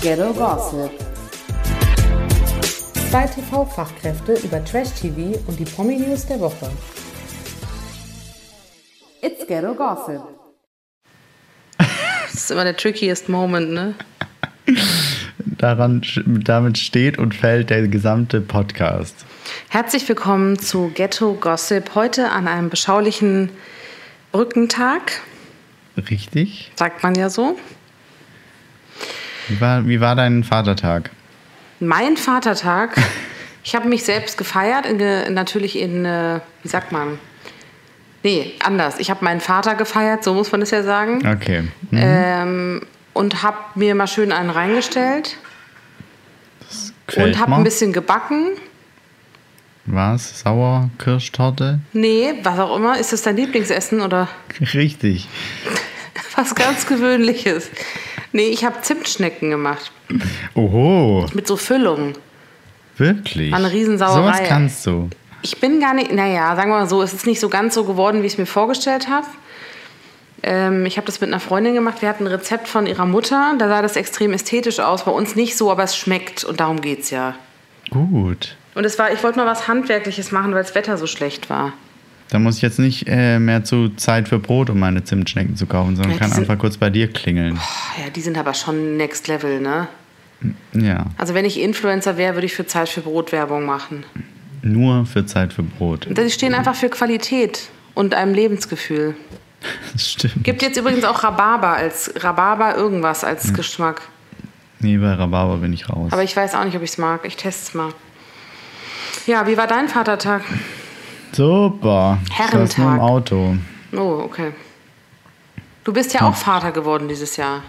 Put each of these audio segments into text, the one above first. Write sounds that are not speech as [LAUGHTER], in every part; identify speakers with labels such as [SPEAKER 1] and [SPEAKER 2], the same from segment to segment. [SPEAKER 1] Ghetto Gossip. Zwei TV-Fachkräfte über Trash-TV und die Promi-News der Woche. It's Ghetto Gossip.
[SPEAKER 2] Das ist immer der trickiest Moment, ne?
[SPEAKER 3] Daran, damit steht und fällt der gesamte Podcast.
[SPEAKER 2] Herzlich willkommen zu Ghetto Gossip. Heute an einem beschaulichen Brückentag,
[SPEAKER 3] Richtig?
[SPEAKER 2] sagt man ja so.
[SPEAKER 3] Wie war, wie war dein Vatertag?
[SPEAKER 2] Mein Vatertag. [LAUGHS] Ich habe mich selbst gefeiert, in, ge- natürlich in, äh, wie sagt man? Nee, anders. Ich habe meinen Vater gefeiert, so muss man es ja sagen.
[SPEAKER 3] Okay. Hm,
[SPEAKER 2] Ähm, und habe mir mal schön einen reingestellt
[SPEAKER 3] gefällt
[SPEAKER 2] und habe
[SPEAKER 3] mir.
[SPEAKER 2] ein bisschen gebacken.
[SPEAKER 3] Was? Sauerkirschtorte?
[SPEAKER 2] Nee, was auch immer. Ist das dein Lieblingsessen oder
[SPEAKER 3] [LAUGHS]
[SPEAKER 2] [LAUGHS]
[SPEAKER 3] Richtig.
[SPEAKER 2] was ganz Gewöhnliches? Nee, ich habe Zimtschnecken gemacht.
[SPEAKER 3] Oho,
[SPEAKER 2] Mit so Füllungen.
[SPEAKER 3] wirklich.
[SPEAKER 2] Eine
[SPEAKER 3] So
[SPEAKER 2] Riesensauerei.
[SPEAKER 3] was kannst du.
[SPEAKER 2] Ich bin gar nicht, naja, sagen wir mal so, es ist nicht so ganz so geworden, wie ich es mir vorgestellt habe. Ähm, ich habe das mit einer Freundin gemacht. Wir hatten ein Rezept von ihrer Mutter. Da sah das extrem ästhetisch aus. Bei uns nicht so, aber es schmeckt. Und darum geht's ja.
[SPEAKER 3] Gut.
[SPEAKER 2] Und es war, ich wollte mal was Handwerkliches machen, weil das Wetter so schlecht war.
[SPEAKER 3] Da muss ich jetzt nicht äh, mehr zu Zeit für Brot, um meine Zimtschnecken zu kaufen, sondern
[SPEAKER 2] Ja,
[SPEAKER 3] kann
[SPEAKER 2] diese-
[SPEAKER 3] einfach kurz bei dir klingeln.
[SPEAKER 2] Ach ja, die sind aber schon next level, ne?
[SPEAKER 3] Ja,
[SPEAKER 2] Also wenn ich Influencer wäre, würde ich für Zeit für Brot Werbung machen.
[SPEAKER 3] nur für Zeit für Brot.
[SPEAKER 2] Die stehen einfach für Qualität und einem Lebensgefühl.
[SPEAKER 3] Das stimmt.
[SPEAKER 2] Gibt jetzt übrigens auch Rhabarber als Rhabarber irgendwas als Geschmack.
[SPEAKER 3] Nee, bei Rhabarber bin ich raus.
[SPEAKER 2] Aber ich weiß auch nicht, ob ich es mag. Ich teste es mal. Ja, wie war dein Vatertag?
[SPEAKER 3] Super. Ich saß nur
[SPEAKER 2] Herrentag.
[SPEAKER 3] im Auto.
[SPEAKER 2] Oh, okay. Du bist ja auch Vater geworden dieses Jahr.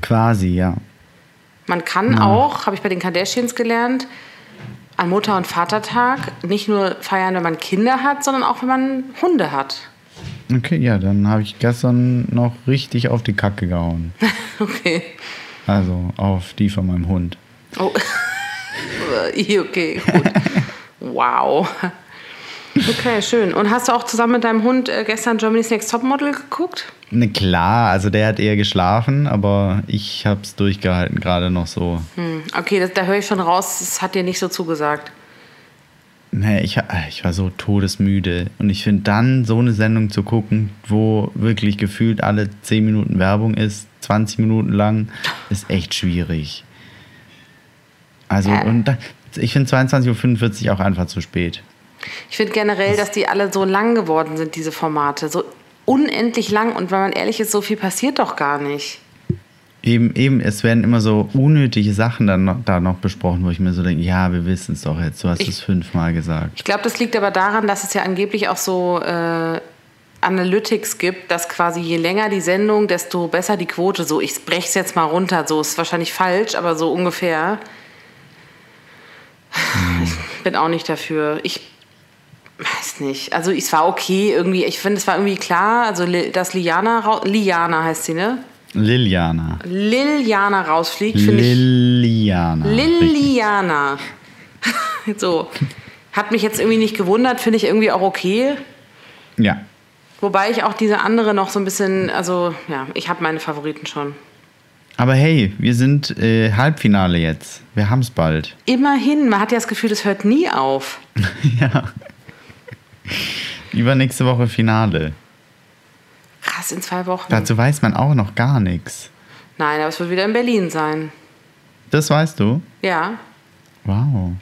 [SPEAKER 3] Quasi, ja.
[SPEAKER 2] Man kann auch, habe ich bei den Kardashians gelernt, an Mutter- und Vatertag nicht nur feiern, wenn man Kinder hat, sondern auch, wenn man Hunde hat. [LAUGHS]
[SPEAKER 3] Okay, ja, dann habe ich gestern noch richtig auf die Kacke gehauen.
[SPEAKER 2] Okay.
[SPEAKER 3] Also auf die von meinem Hund.
[SPEAKER 2] Oh. [LAUGHS] Äh, okay, gut. Wow. Okay, schön. Und hast du auch zusammen mit deinem Hund äh, gestern Germany's Next Topmodel geguckt?
[SPEAKER 3] Ne, klar, also der hat eher geschlafen, aber ich habe es durchgehalten, gerade noch so.
[SPEAKER 2] Hm. Okay, das, da höre ich schon raus, das hat dir nicht so zugesagt.
[SPEAKER 3] Nee, ich, ha- ich war so todesmüde. Und ich finde dann so eine Sendung zu gucken, wo wirklich gefühlt alle 10 Minuten Werbung ist, 20 Minuten lang, ist echt schwierig. Also,
[SPEAKER 2] Ja.
[SPEAKER 3] und da, ich finde 22.45 Uhr auch einfach zu spät.
[SPEAKER 2] Ich finde generell, dass die alle so lang geworden sind, diese Formate. So unendlich lang. Und wenn man ehrlich ist, so viel passiert doch gar nicht.
[SPEAKER 3] Eben, eben, es werden immer so unnötige Sachen dann noch, da noch besprochen, wo ich mir so denke, ja, wir wissen es doch jetzt, du hast
[SPEAKER 2] Ich-
[SPEAKER 3] es fünfmal gesagt.
[SPEAKER 2] Ich glaube, das liegt aber daran, dass es ja angeblich auch so äh, Analytics gibt, dass quasi je länger die Sendung, desto besser die Quote. So, ich breche es jetzt mal runter. So ist wahrscheinlich falsch, aber so ungefähr. Ich bin auch nicht dafür. Ich weiß nicht. Also, es war okay irgendwie. Ich finde, es war irgendwie klar, also, Li- dass Liana, rau- Liana heißt sie, ne?
[SPEAKER 3] Liliana.
[SPEAKER 2] Liliana rausfliegt, finde ich.
[SPEAKER 3] Liliana. richtig.
[SPEAKER 2] Liliana. [LAUGHS] so. Hat mich jetzt irgendwie nicht gewundert, finde ich irgendwie auch okay.
[SPEAKER 3] Ja.
[SPEAKER 2] Wobei ich auch diese andere noch so ein bisschen, also ja, ich habe meine Favoriten schon.
[SPEAKER 3] Aber hey, wir sind äh, Halbfinale jetzt. Wir haben es bald.
[SPEAKER 2] Immerhin, man hat ja das Gefühl, das hört nie auf.
[SPEAKER 3] ja. Übernächste Woche Finale.
[SPEAKER 2] Krass, in zwei Wochen.
[SPEAKER 3] Dazu weiß man auch noch gar nichts.
[SPEAKER 2] Nein, aber es wird wieder in Berlin sein.
[SPEAKER 3] Das weißt du?
[SPEAKER 2] Ja,
[SPEAKER 3] Wow.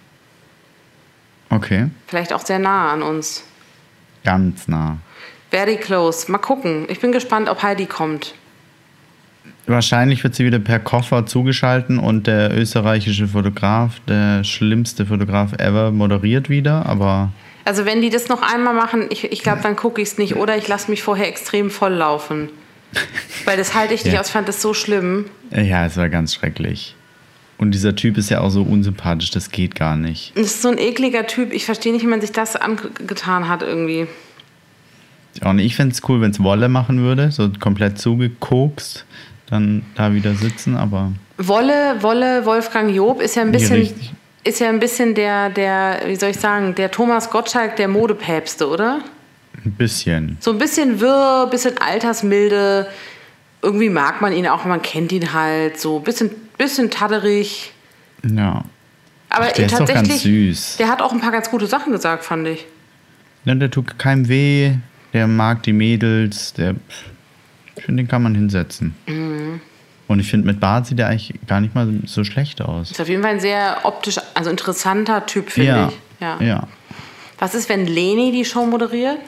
[SPEAKER 3] Okay.
[SPEAKER 2] vielleicht auch sehr nah an uns.
[SPEAKER 3] Ganz nah.
[SPEAKER 2] Very close. Mal gucken. Ich bin gespannt, ob Heidi kommt.
[SPEAKER 3] Wahrscheinlich wird sie wieder per Koffer zugeschalten und der österreichische Fotograf, der schlimmste Fotograf ever, moderiert wieder, aber
[SPEAKER 2] Also wenn die das noch einmal machen, ich, ich glaube, dann gucke ich es nicht. Oder ich lasse mich vorher extrem voll laufen. Weil das halte ich nicht
[SPEAKER 3] Ja.
[SPEAKER 2] aus, ich fand das so schlimm.
[SPEAKER 3] äh, ja, es war ganz schrecklich. Und dieser Typ ist ja auch so unsympathisch, das geht gar nicht.
[SPEAKER 2] Das ist so ein ekliger Typ. Ich verstehe nicht, wie man sich das angetan hat irgendwie.
[SPEAKER 3] Und ich fände es cool, wenn es Wolle machen würde, so komplett zugekokst, dann da wieder sitzen, aber
[SPEAKER 2] Wolle, Wolle, Wolfgang Job ist ja ein
[SPEAKER 3] Nicht
[SPEAKER 2] bisschen,
[SPEAKER 3] richtig.
[SPEAKER 2] ist ja ein bisschen der, der, wie soll ich sagen, der Thomas Gottschalk der Modepäpste, oder?
[SPEAKER 3] ein bisschen.
[SPEAKER 2] So ein bisschen wirr, bisschen altersmilde, irgendwie mag man ihn auch, man kennt ihn halt so. Bisschen, bisschen tadderig.
[SPEAKER 3] Ja.
[SPEAKER 2] Aber
[SPEAKER 3] Ach, der ist doch ganz
[SPEAKER 2] tatsächlich,
[SPEAKER 3] süß.
[SPEAKER 2] der hat auch ein paar ganz gute Sachen gesagt, fand ich.
[SPEAKER 3] Ja, Ne, der tut keinem weh, der mag die Mädels, der. Ich finde, den kann man hinsetzen.
[SPEAKER 2] Mhm.
[SPEAKER 3] Und ich finde, mit Bart sieht er eigentlich gar nicht mal so schlecht aus.
[SPEAKER 2] Ist auf jeden Fall ein sehr optisch, also interessanter Typ, finde
[SPEAKER 3] ja.
[SPEAKER 2] ich. Ja.
[SPEAKER 3] ja.
[SPEAKER 2] Was ist, wenn Leni die Show moderiert?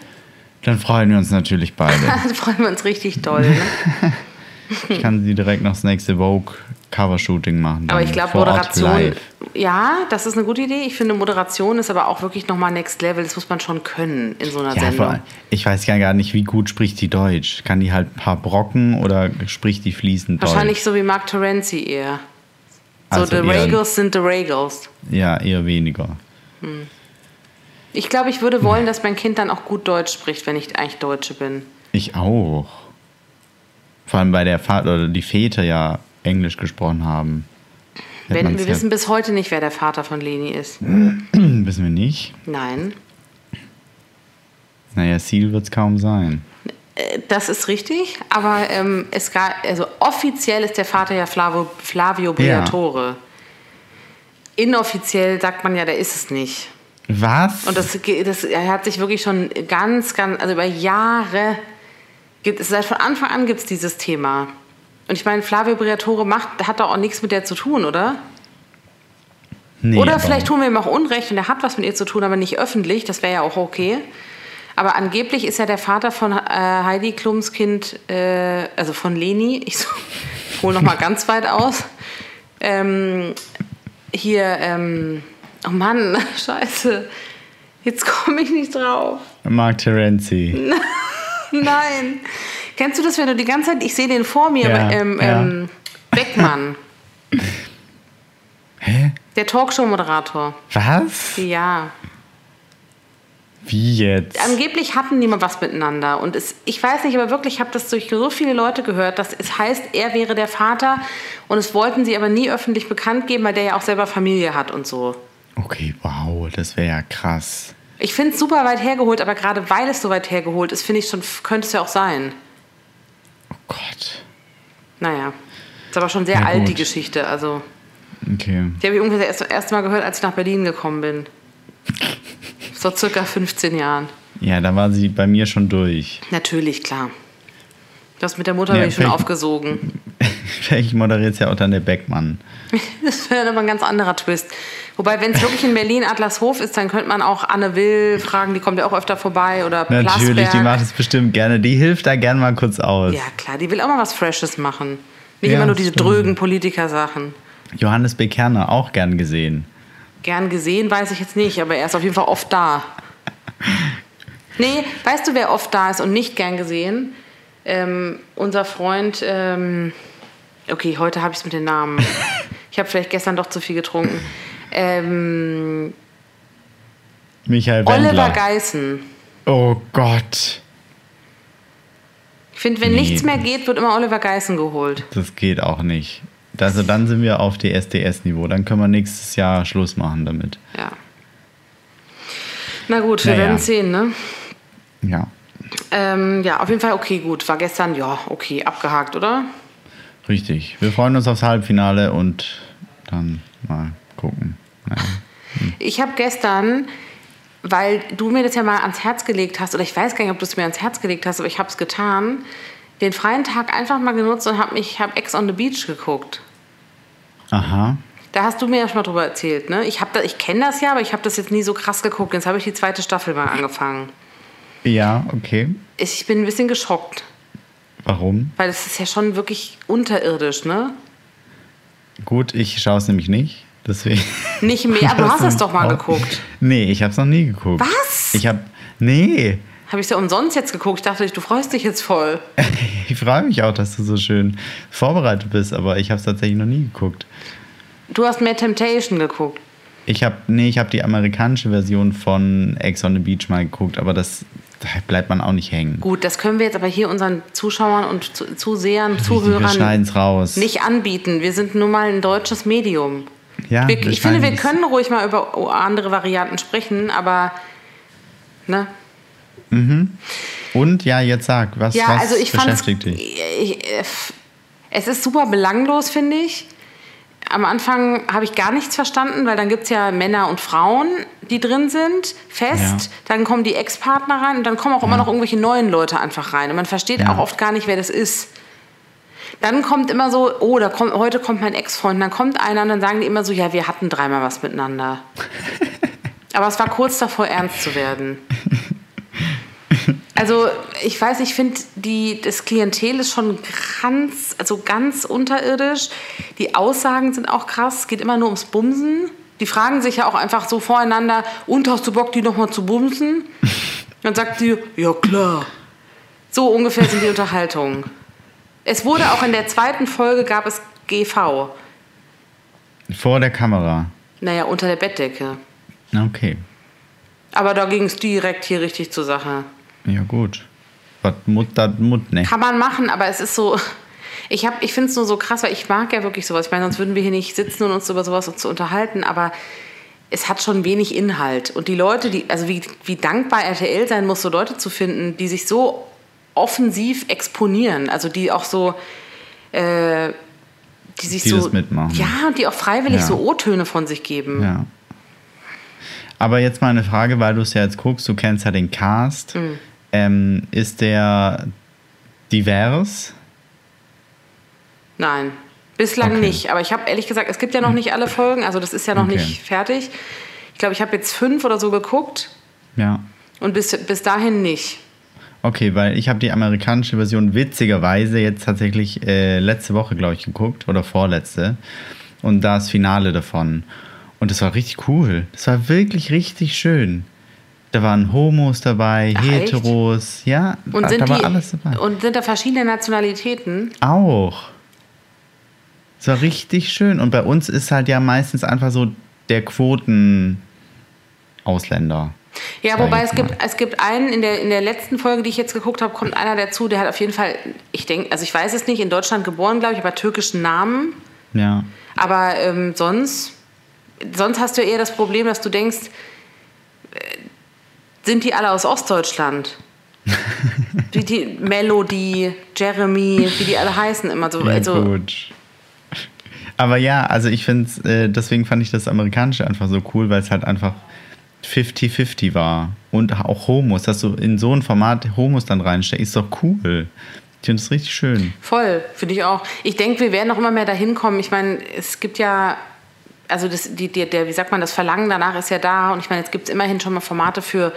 [SPEAKER 3] Dann freuen wir uns natürlich
[SPEAKER 2] [LAUGHS]
[SPEAKER 3] beide.
[SPEAKER 2] Dann freuen wir uns richtig doll. Ne?
[SPEAKER 3] [LAUGHS] ich kann sie direkt noch das nächste Vogue-Covershooting machen.
[SPEAKER 2] Aber
[SPEAKER 3] dann
[SPEAKER 2] ich glaube,
[SPEAKER 3] vor Ort
[SPEAKER 2] Moderation.
[SPEAKER 3] live.
[SPEAKER 2] Ja, das ist eine gute Idee. Ich finde, Moderation ist aber auch wirklich nochmal Next Level. Das muss man schon können in so einer
[SPEAKER 3] Ja, vor allem,
[SPEAKER 2] Sendung.
[SPEAKER 3] ich weiß ja gar nicht, wie gut spricht die Deutsch. Kann die halt ein paar Brocken oder spricht die fließend
[SPEAKER 2] Wahrscheinlich so wie Mark Terenzi eher. So,
[SPEAKER 3] Also
[SPEAKER 2] the
[SPEAKER 3] eher-
[SPEAKER 2] Regals sind the Regals.
[SPEAKER 3] Deutsch? Ja, eher weniger.
[SPEAKER 2] Ich glaube, ich würde wollen, dass mein Kind dann auch gut Deutsch spricht, wenn ich eigentlich Deutsche bin.
[SPEAKER 3] Ich auch. Vor allem, weil der Vater oder die Väter ja Englisch gesprochen haben. Hätte
[SPEAKER 2] Wenn,
[SPEAKER 3] man's Hm.
[SPEAKER 2] wir
[SPEAKER 3] ja-
[SPEAKER 2] wissen bis heute nicht, wer der Vater von Leni ist.
[SPEAKER 3] wissen wir nicht.
[SPEAKER 2] Nein.
[SPEAKER 3] Naja, Seal wird es kaum sein.
[SPEAKER 2] Äh, Das ist richtig, aber ähm, es gab, also offiziell ist der Vater ja Flavio, Flavio Briatore. Inoffiziell sagt man ja, der ist es nicht.
[SPEAKER 3] Was?
[SPEAKER 2] Und das, ge- das er hat sich wirklich schon ganz, ganz, also über Jahre, gibt es seit von Anfang an gibt es dieses Thema. Und ich meine, Flavio Briatore macht, hat doch auch nichts mit der zu tun, oder?
[SPEAKER 3] nee,
[SPEAKER 2] Oder
[SPEAKER 3] aber-
[SPEAKER 2] vielleicht tun wir ihm auch Unrecht und er hat was mit ihr zu tun, aber nicht öffentlich. Das wäre ja auch okay. Aber angeblich ist ja der Vater von äh, Heidi Klums Kind, äh, also von Leni, [LAUGHS] ich so, hole nochmal ganz weit aus. Ähm, hier, ähm, oh Mann, [LAUGHS] scheiße. Jetzt komme ich nicht drauf. [LAUGHS] Ne.
[SPEAKER 3] Mark Terenzi.
[SPEAKER 2] Nein. Kennst du das, wenn du die ganze Zeit, ich sehe den vor mir,
[SPEAKER 3] Ja,
[SPEAKER 2] ähm,
[SPEAKER 3] ja.
[SPEAKER 2] ähm, Beckmann,
[SPEAKER 3] Hä?
[SPEAKER 2] der Talkshow-Moderator.
[SPEAKER 3] Was?
[SPEAKER 2] Ja.
[SPEAKER 3] Wie jetzt?
[SPEAKER 2] Angeblich hatten die mal was miteinander. Und es, ich weiß nicht, aber wirklich, ich habe das durch so viele Leute gehört, dass es heißt, er wäre der Vater. Und es wollten sie aber nie öffentlich bekannt geben, weil der ja auch selber Familie hat und so.
[SPEAKER 3] Okay, wow, das wäre ja krass.
[SPEAKER 2] Ich finde es super weit hergeholt, aber gerade weil es so weit hergeholt ist, finde ich schon, könnte es ja auch sein.
[SPEAKER 3] Oh Gott.
[SPEAKER 2] Naja. Ist aber schon sehr
[SPEAKER 3] Ja,
[SPEAKER 2] alt, die
[SPEAKER 3] gut.
[SPEAKER 2] Geschichte. Also,
[SPEAKER 3] Okay.
[SPEAKER 2] die habe ich ungefähr erst, erst Mal gehört, als ich nach Berlin gekommen bin. So circa 15 Jahren.
[SPEAKER 3] Ja, da war sie bei mir schon durch. [LAUGHS]
[SPEAKER 2] Natürlich, klar. Das mit der Mutter
[SPEAKER 3] Ja,
[SPEAKER 2] bin ich schon
[SPEAKER 3] vielleicht-
[SPEAKER 2] aufgesogen.
[SPEAKER 3] vielleicht moderiert ja auch dann der Beckmann.
[SPEAKER 2] [LAUGHS] Das wäre dann aber ein ganz anderer Twist. Wobei, wenn es wirklich in Berlin Adlershof ist, dann könnte man auch Anne Will fragen, die kommt ja auch öfter vorbei oder
[SPEAKER 3] Natürlich,
[SPEAKER 2] Plasberg.
[SPEAKER 3] die macht es bestimmt gerne. Die hilft da gerne mal kurz aus.
[SPEAKER 2] Ja, klar, die will auch mal was Freshes machen. Nicht
[SPEAKER 3] Ja,
[SPEAKER 2] immer nur diese
[SPEAKER 3] stimmt.
[SPEAKER 2] drögen Politiker-Sachen.
[SPEAKER 3] Johannes B. Kerner, auch gern gesehen.
[SPEAKER 2] Gern gesehen, weiß ich jetzt nicht, aber er ist auf jeden Fall oft
[SPEAKER 3] [LAUGHS]
[SPEAKER 2] da. Nee, weißt du, wer oft da ist und nicht gern gesehen? Ähm, unser Freund, ähm, okay, heute habe ich es mit den
[SPEAKER 3] [LAUGHS]
[SPEAKER 2] Namen. Ich habe vielleicht gestern doch zu viel getrunken. Ähm,
[SPEAKER 3] Michael
[SPEAKER 2] Oliver
[SPEAKER 3] Wendler.
[SPEAKER 2] Geißen.
[SPEAKER 3] Oh Gott,
[SPEAKER 2] Ich finde, wenn
[SPEAKER 3] Nee.
[SPEAKER 2] nichts mehr geht, wird immer Oliver Geißen geholt.
[SPEAKER 3] das geht auch nicht. Also dann sind wir auf DSDS-Niveau. Dann können wir nächstes Jahr Schluss machen damit.
[SPEAKER 2] Ja. Na gut, wir
[SPEAKER 3] Naja.
[SPEAKER 2] werden sehen, ne?
[SPEAKER 3] Ja,
[SPEAKER 2] Ähm, ja, auf jeden Fall, okay, gut. War gestern, ja, okay, abgehakt, oder?
[SPEAKER 3] richtig. Wir freuen uns aufs Halbfinale und dann mal gucken. Naja.
[SPEAKER 2] Ich habe gestern, weil du mir das ja mal ans Herz gelegt hast, oder ich weiß gar nicht, ob du es mir ans Herz gelegt hast, aber ich habe es getan, den freien Tag einfach mal genutzt und habe mich, habe Ex on the Beach geguckt.
[SPEAKER 3] Aha.
[SPEAKER 2] Da hast du mir ja schon mal drüber erzählt, ne? Ich, hab da, ich kenne das ja, aber ich habe das jetzt nie so krass geguckt. Jetzt habe ich die zweite Staffel mal angefangen.
[SPEAKER 3] Ja, okay.
[SPEAKER 2] Ich bin ein bisschen geschockt.
[SPEAKER 3] Warum?
[SPEAKER 2] Weil das ist ja schon wirklich unterirdisch, ne?
[SPEAKER 3] Gut, ich schaue es nämlich nicht. Deswegen.
[SPEAKER 2] Nicht mehr, aber du hast
[SPEAKER 3] Das
[SPEAKER 2] es doch mal
[SPEAKER 3] auch-
[SPEAKER 2] geguckt.
[SPEAKER 3] Nee, ich habe es noch nie geguckt.
[SPEAKER 2] Was?
[SPEAKER 3] Ich habe. Nee.
[SPEAKER 2] Habe ich ja umsonst jetzt geguckt. Ich dachte, du freust dich jetzt voll.
[SPEAKER 3] Ich freue mich auch, dass du so schön vorbereitet bist, aber ich habe es tatsächlich noch nie geguckt.
[SPEAKER 2] Du hast mehr Temptation geguckt.
[SPEAKER 3] Ich habe nee, ich habe die amerikanische Version von Ex on the Beach mal geguckt, aber das da bleibt man auch nicht hängen.
[SPEAKER 2] Gut, das können wir jetzt aber hier unseren Zuschauern und Zu- Zusehern,
[SPEAKER 3] Wir schneiden
[SPEAKER 2] Zuhörern
[SPEAKER 3] es raus.
[SPEAKER 2] nicht anbieten. Wir sind nun mal ein deutsches Medium.
[SPEAKER 3] ja,
[SPEAKER 2] wir, ich finde, wir
[SPEAKER 3] schneiden es.
[SPEAKER 2] können ruhig mal über andere Varianten sprechen, aber ne,
[SPEAKER 3] Und ja, jetzt sag, was,
[SPEAKER 2] Ja,
[SPEAKER 3] was
[SPEAKER 2] also ich fand
[SPEAKER 3] beschäftigt dich?
[SPEAKER 2] ich, äh, es ist super belanglos, finde ich. Am Anfang habe ich gar nichts verstanden, weil dann gibt es ja Männer und Frauen, die drin sind, fest.
[SPEAKER 3] Ja.
[SPEAKER 2] Dann kommen die Ex-Partner rein und dann kommen auch immer noch irgendwelche neuen Leute einfach rein. Und man versteht
[SPEAKER 3] Ja.
[SPEAKER 2] auch oft gar nicht, wer das ist. Dann kommt immer so, oh, da kommt, heute kommt mein Ex-Freund. Dann kommt einer und dann sagen die immer so, ja, wir hatten dreimal was
[SPEAKER 3] [LAUGHS]
[SPEAKER 2] miteinander. Aber es war kurz davor, ernst zu werden. Also, ich weiß, ich finde, die- das Klientel ist schon ganz, also ganz unterirdisch. Die Aussagen sind auch krass. Es geht immer nur ums Bumsen. Die fragen sich ja auch einfach so voreinander, und hast du Bock, die nochmal zu bumsen? Dann sagt sie, ja klar. So ungefähr sind die Unterhaltungen. Es wurde auch in der zweiten Folge gab es GV.
[SPEAKER 3] Vor der Kamera.
[SPEAKER 2] Naja, unter der Bettdecke.
[SPEAKER 3] Na, Okay.
[SPEAKER 2] Aber da ging es direkt hier richtig zur Sache.
[SPEAKER 3] Ja, gut. Was Mut, das Mut, ne?
[SPEAKER 2] Kann man machen, aber es ist so. Ich, hab- ich finde es nur so krass, weil ich mag ja wirklich sowas. Ich meine, sonst würden wir hier nicht sitzen und uns über sowas zu unterhalten, aber es hat schon wenig Inhalt. Und die Leute, die, also wie, wie dankbar RTL sein muss, so Leute zu finden, die sich so offensiv exponieren, also die auch so. Äh, die sich
[SPEAKER 3] Die
[SPEAKER 2] so.
[SPEAKER 3] das mitmachen.
[SPEAKER 2] Ja, und die auch freiwillig
[SPEAKER 3] Ja.
[SPEAKER 2] so O-Töne von sich geben.
[SPEAKER 3] Ja. Aber jetzt mal eine Frage, weil du es ja jetzt guckst, du kennst ja den Cast.
[SPEAKER 2] Mhm.
[SPEAKER 3] Ähm, ist der divers?
[SPEAKER 2] Nein, bislang
[SPEAKER 3] Okay. Hm.
[SPEAKER 2] nicht. Aber ich habe ehrlich gesagt, es gibt ja noch nicht alle Folgen, also das ist ja noch
[SPEAKER 3] Okay.
[SPEAKER 2] nicht fertig. Ich glaube, ich habe jetzt fünf oder so geguckt
[SPEAKER 3] Ja.
[SPEAKER 2] und bis, bis dahin nicht.
[SPEAKER 3] Okay, weil ich habe die amerikanische Version witzigerweise jetzt tatsächlich äh, letzte Woche, glaube ich, geguckt oder vorletzte. Und da ist Finale davon. Und das war richtig cool. Das war wirklich richtig schön. Da waren Homos dabei,
[SPEAKER 2] Ach, echt?
[SPEAKER 3] Heteros, ja.
[SPEAKER 2] Und
[SPEAKER 3] da,
[SPEAKER 2] sind,
[SPEAKER 3] da war
[SPEAKER 2] die,
[SPEAKER 3] alles dabei.
[SPEAKER 2] und sind da verschiedene Nationalitäten?
[SPEAKER 3] Auch. Es war richtig schön. Und bei uns ist halt ja meistens einfach so der Quoten-Ausländer.
[SPEAKER 2] Ja,
[SPEAKER 3] Sag
[SPEAKER 2] wobei
[SPEAKER 3] jetzt
[SPEAKER 2] es gibt,
[SPEAKER 3] mal.
[SPEAKER 2] es gibt einen, in der, in der letzten Folge, die ich jetzt geguckt habe, kommt einer dazu, der hat auf jeden Fall, ich denke, also ich weiß es nicht, in Deutschland geboren, glaube ich, aber türkischen Namen.
[SPEAKER 3] Ja.
[SPEAKER 2] Aber ähm, sonst, sonst hast du ja eher das Problem, dass du denkst, äh, sind die alle aus
[SPEAKER 3] [LAUGHS]
[SPEAKER 2] Ostdeutschland? wie die Melody, Jeremy, wie die alle heißen immer so.
[SPEAKER 3] Ja,
[SPEAKER 2] Also,
[SPEAKER 3] gut. Aber ja, also ich finde es, äh, deswegen fand ich das Amerikanische einfach so cool, weil es halt einfach 50-50 war. Und auch Homos, dass du in so ein Format Homos dann reinsteckst, ist doch cool. Ich finde es richtig schön.
[SPEAKER 2] voll, finde ich auch. Ich denke, wir werden noch immer mehr dahin kommen. Ich meine, es gibt ja, also das, die, die, der, wie sagt man, das Verlangen danach ist ja da. Und ich meine, jetzt gibt es immerhin schon mal Formate für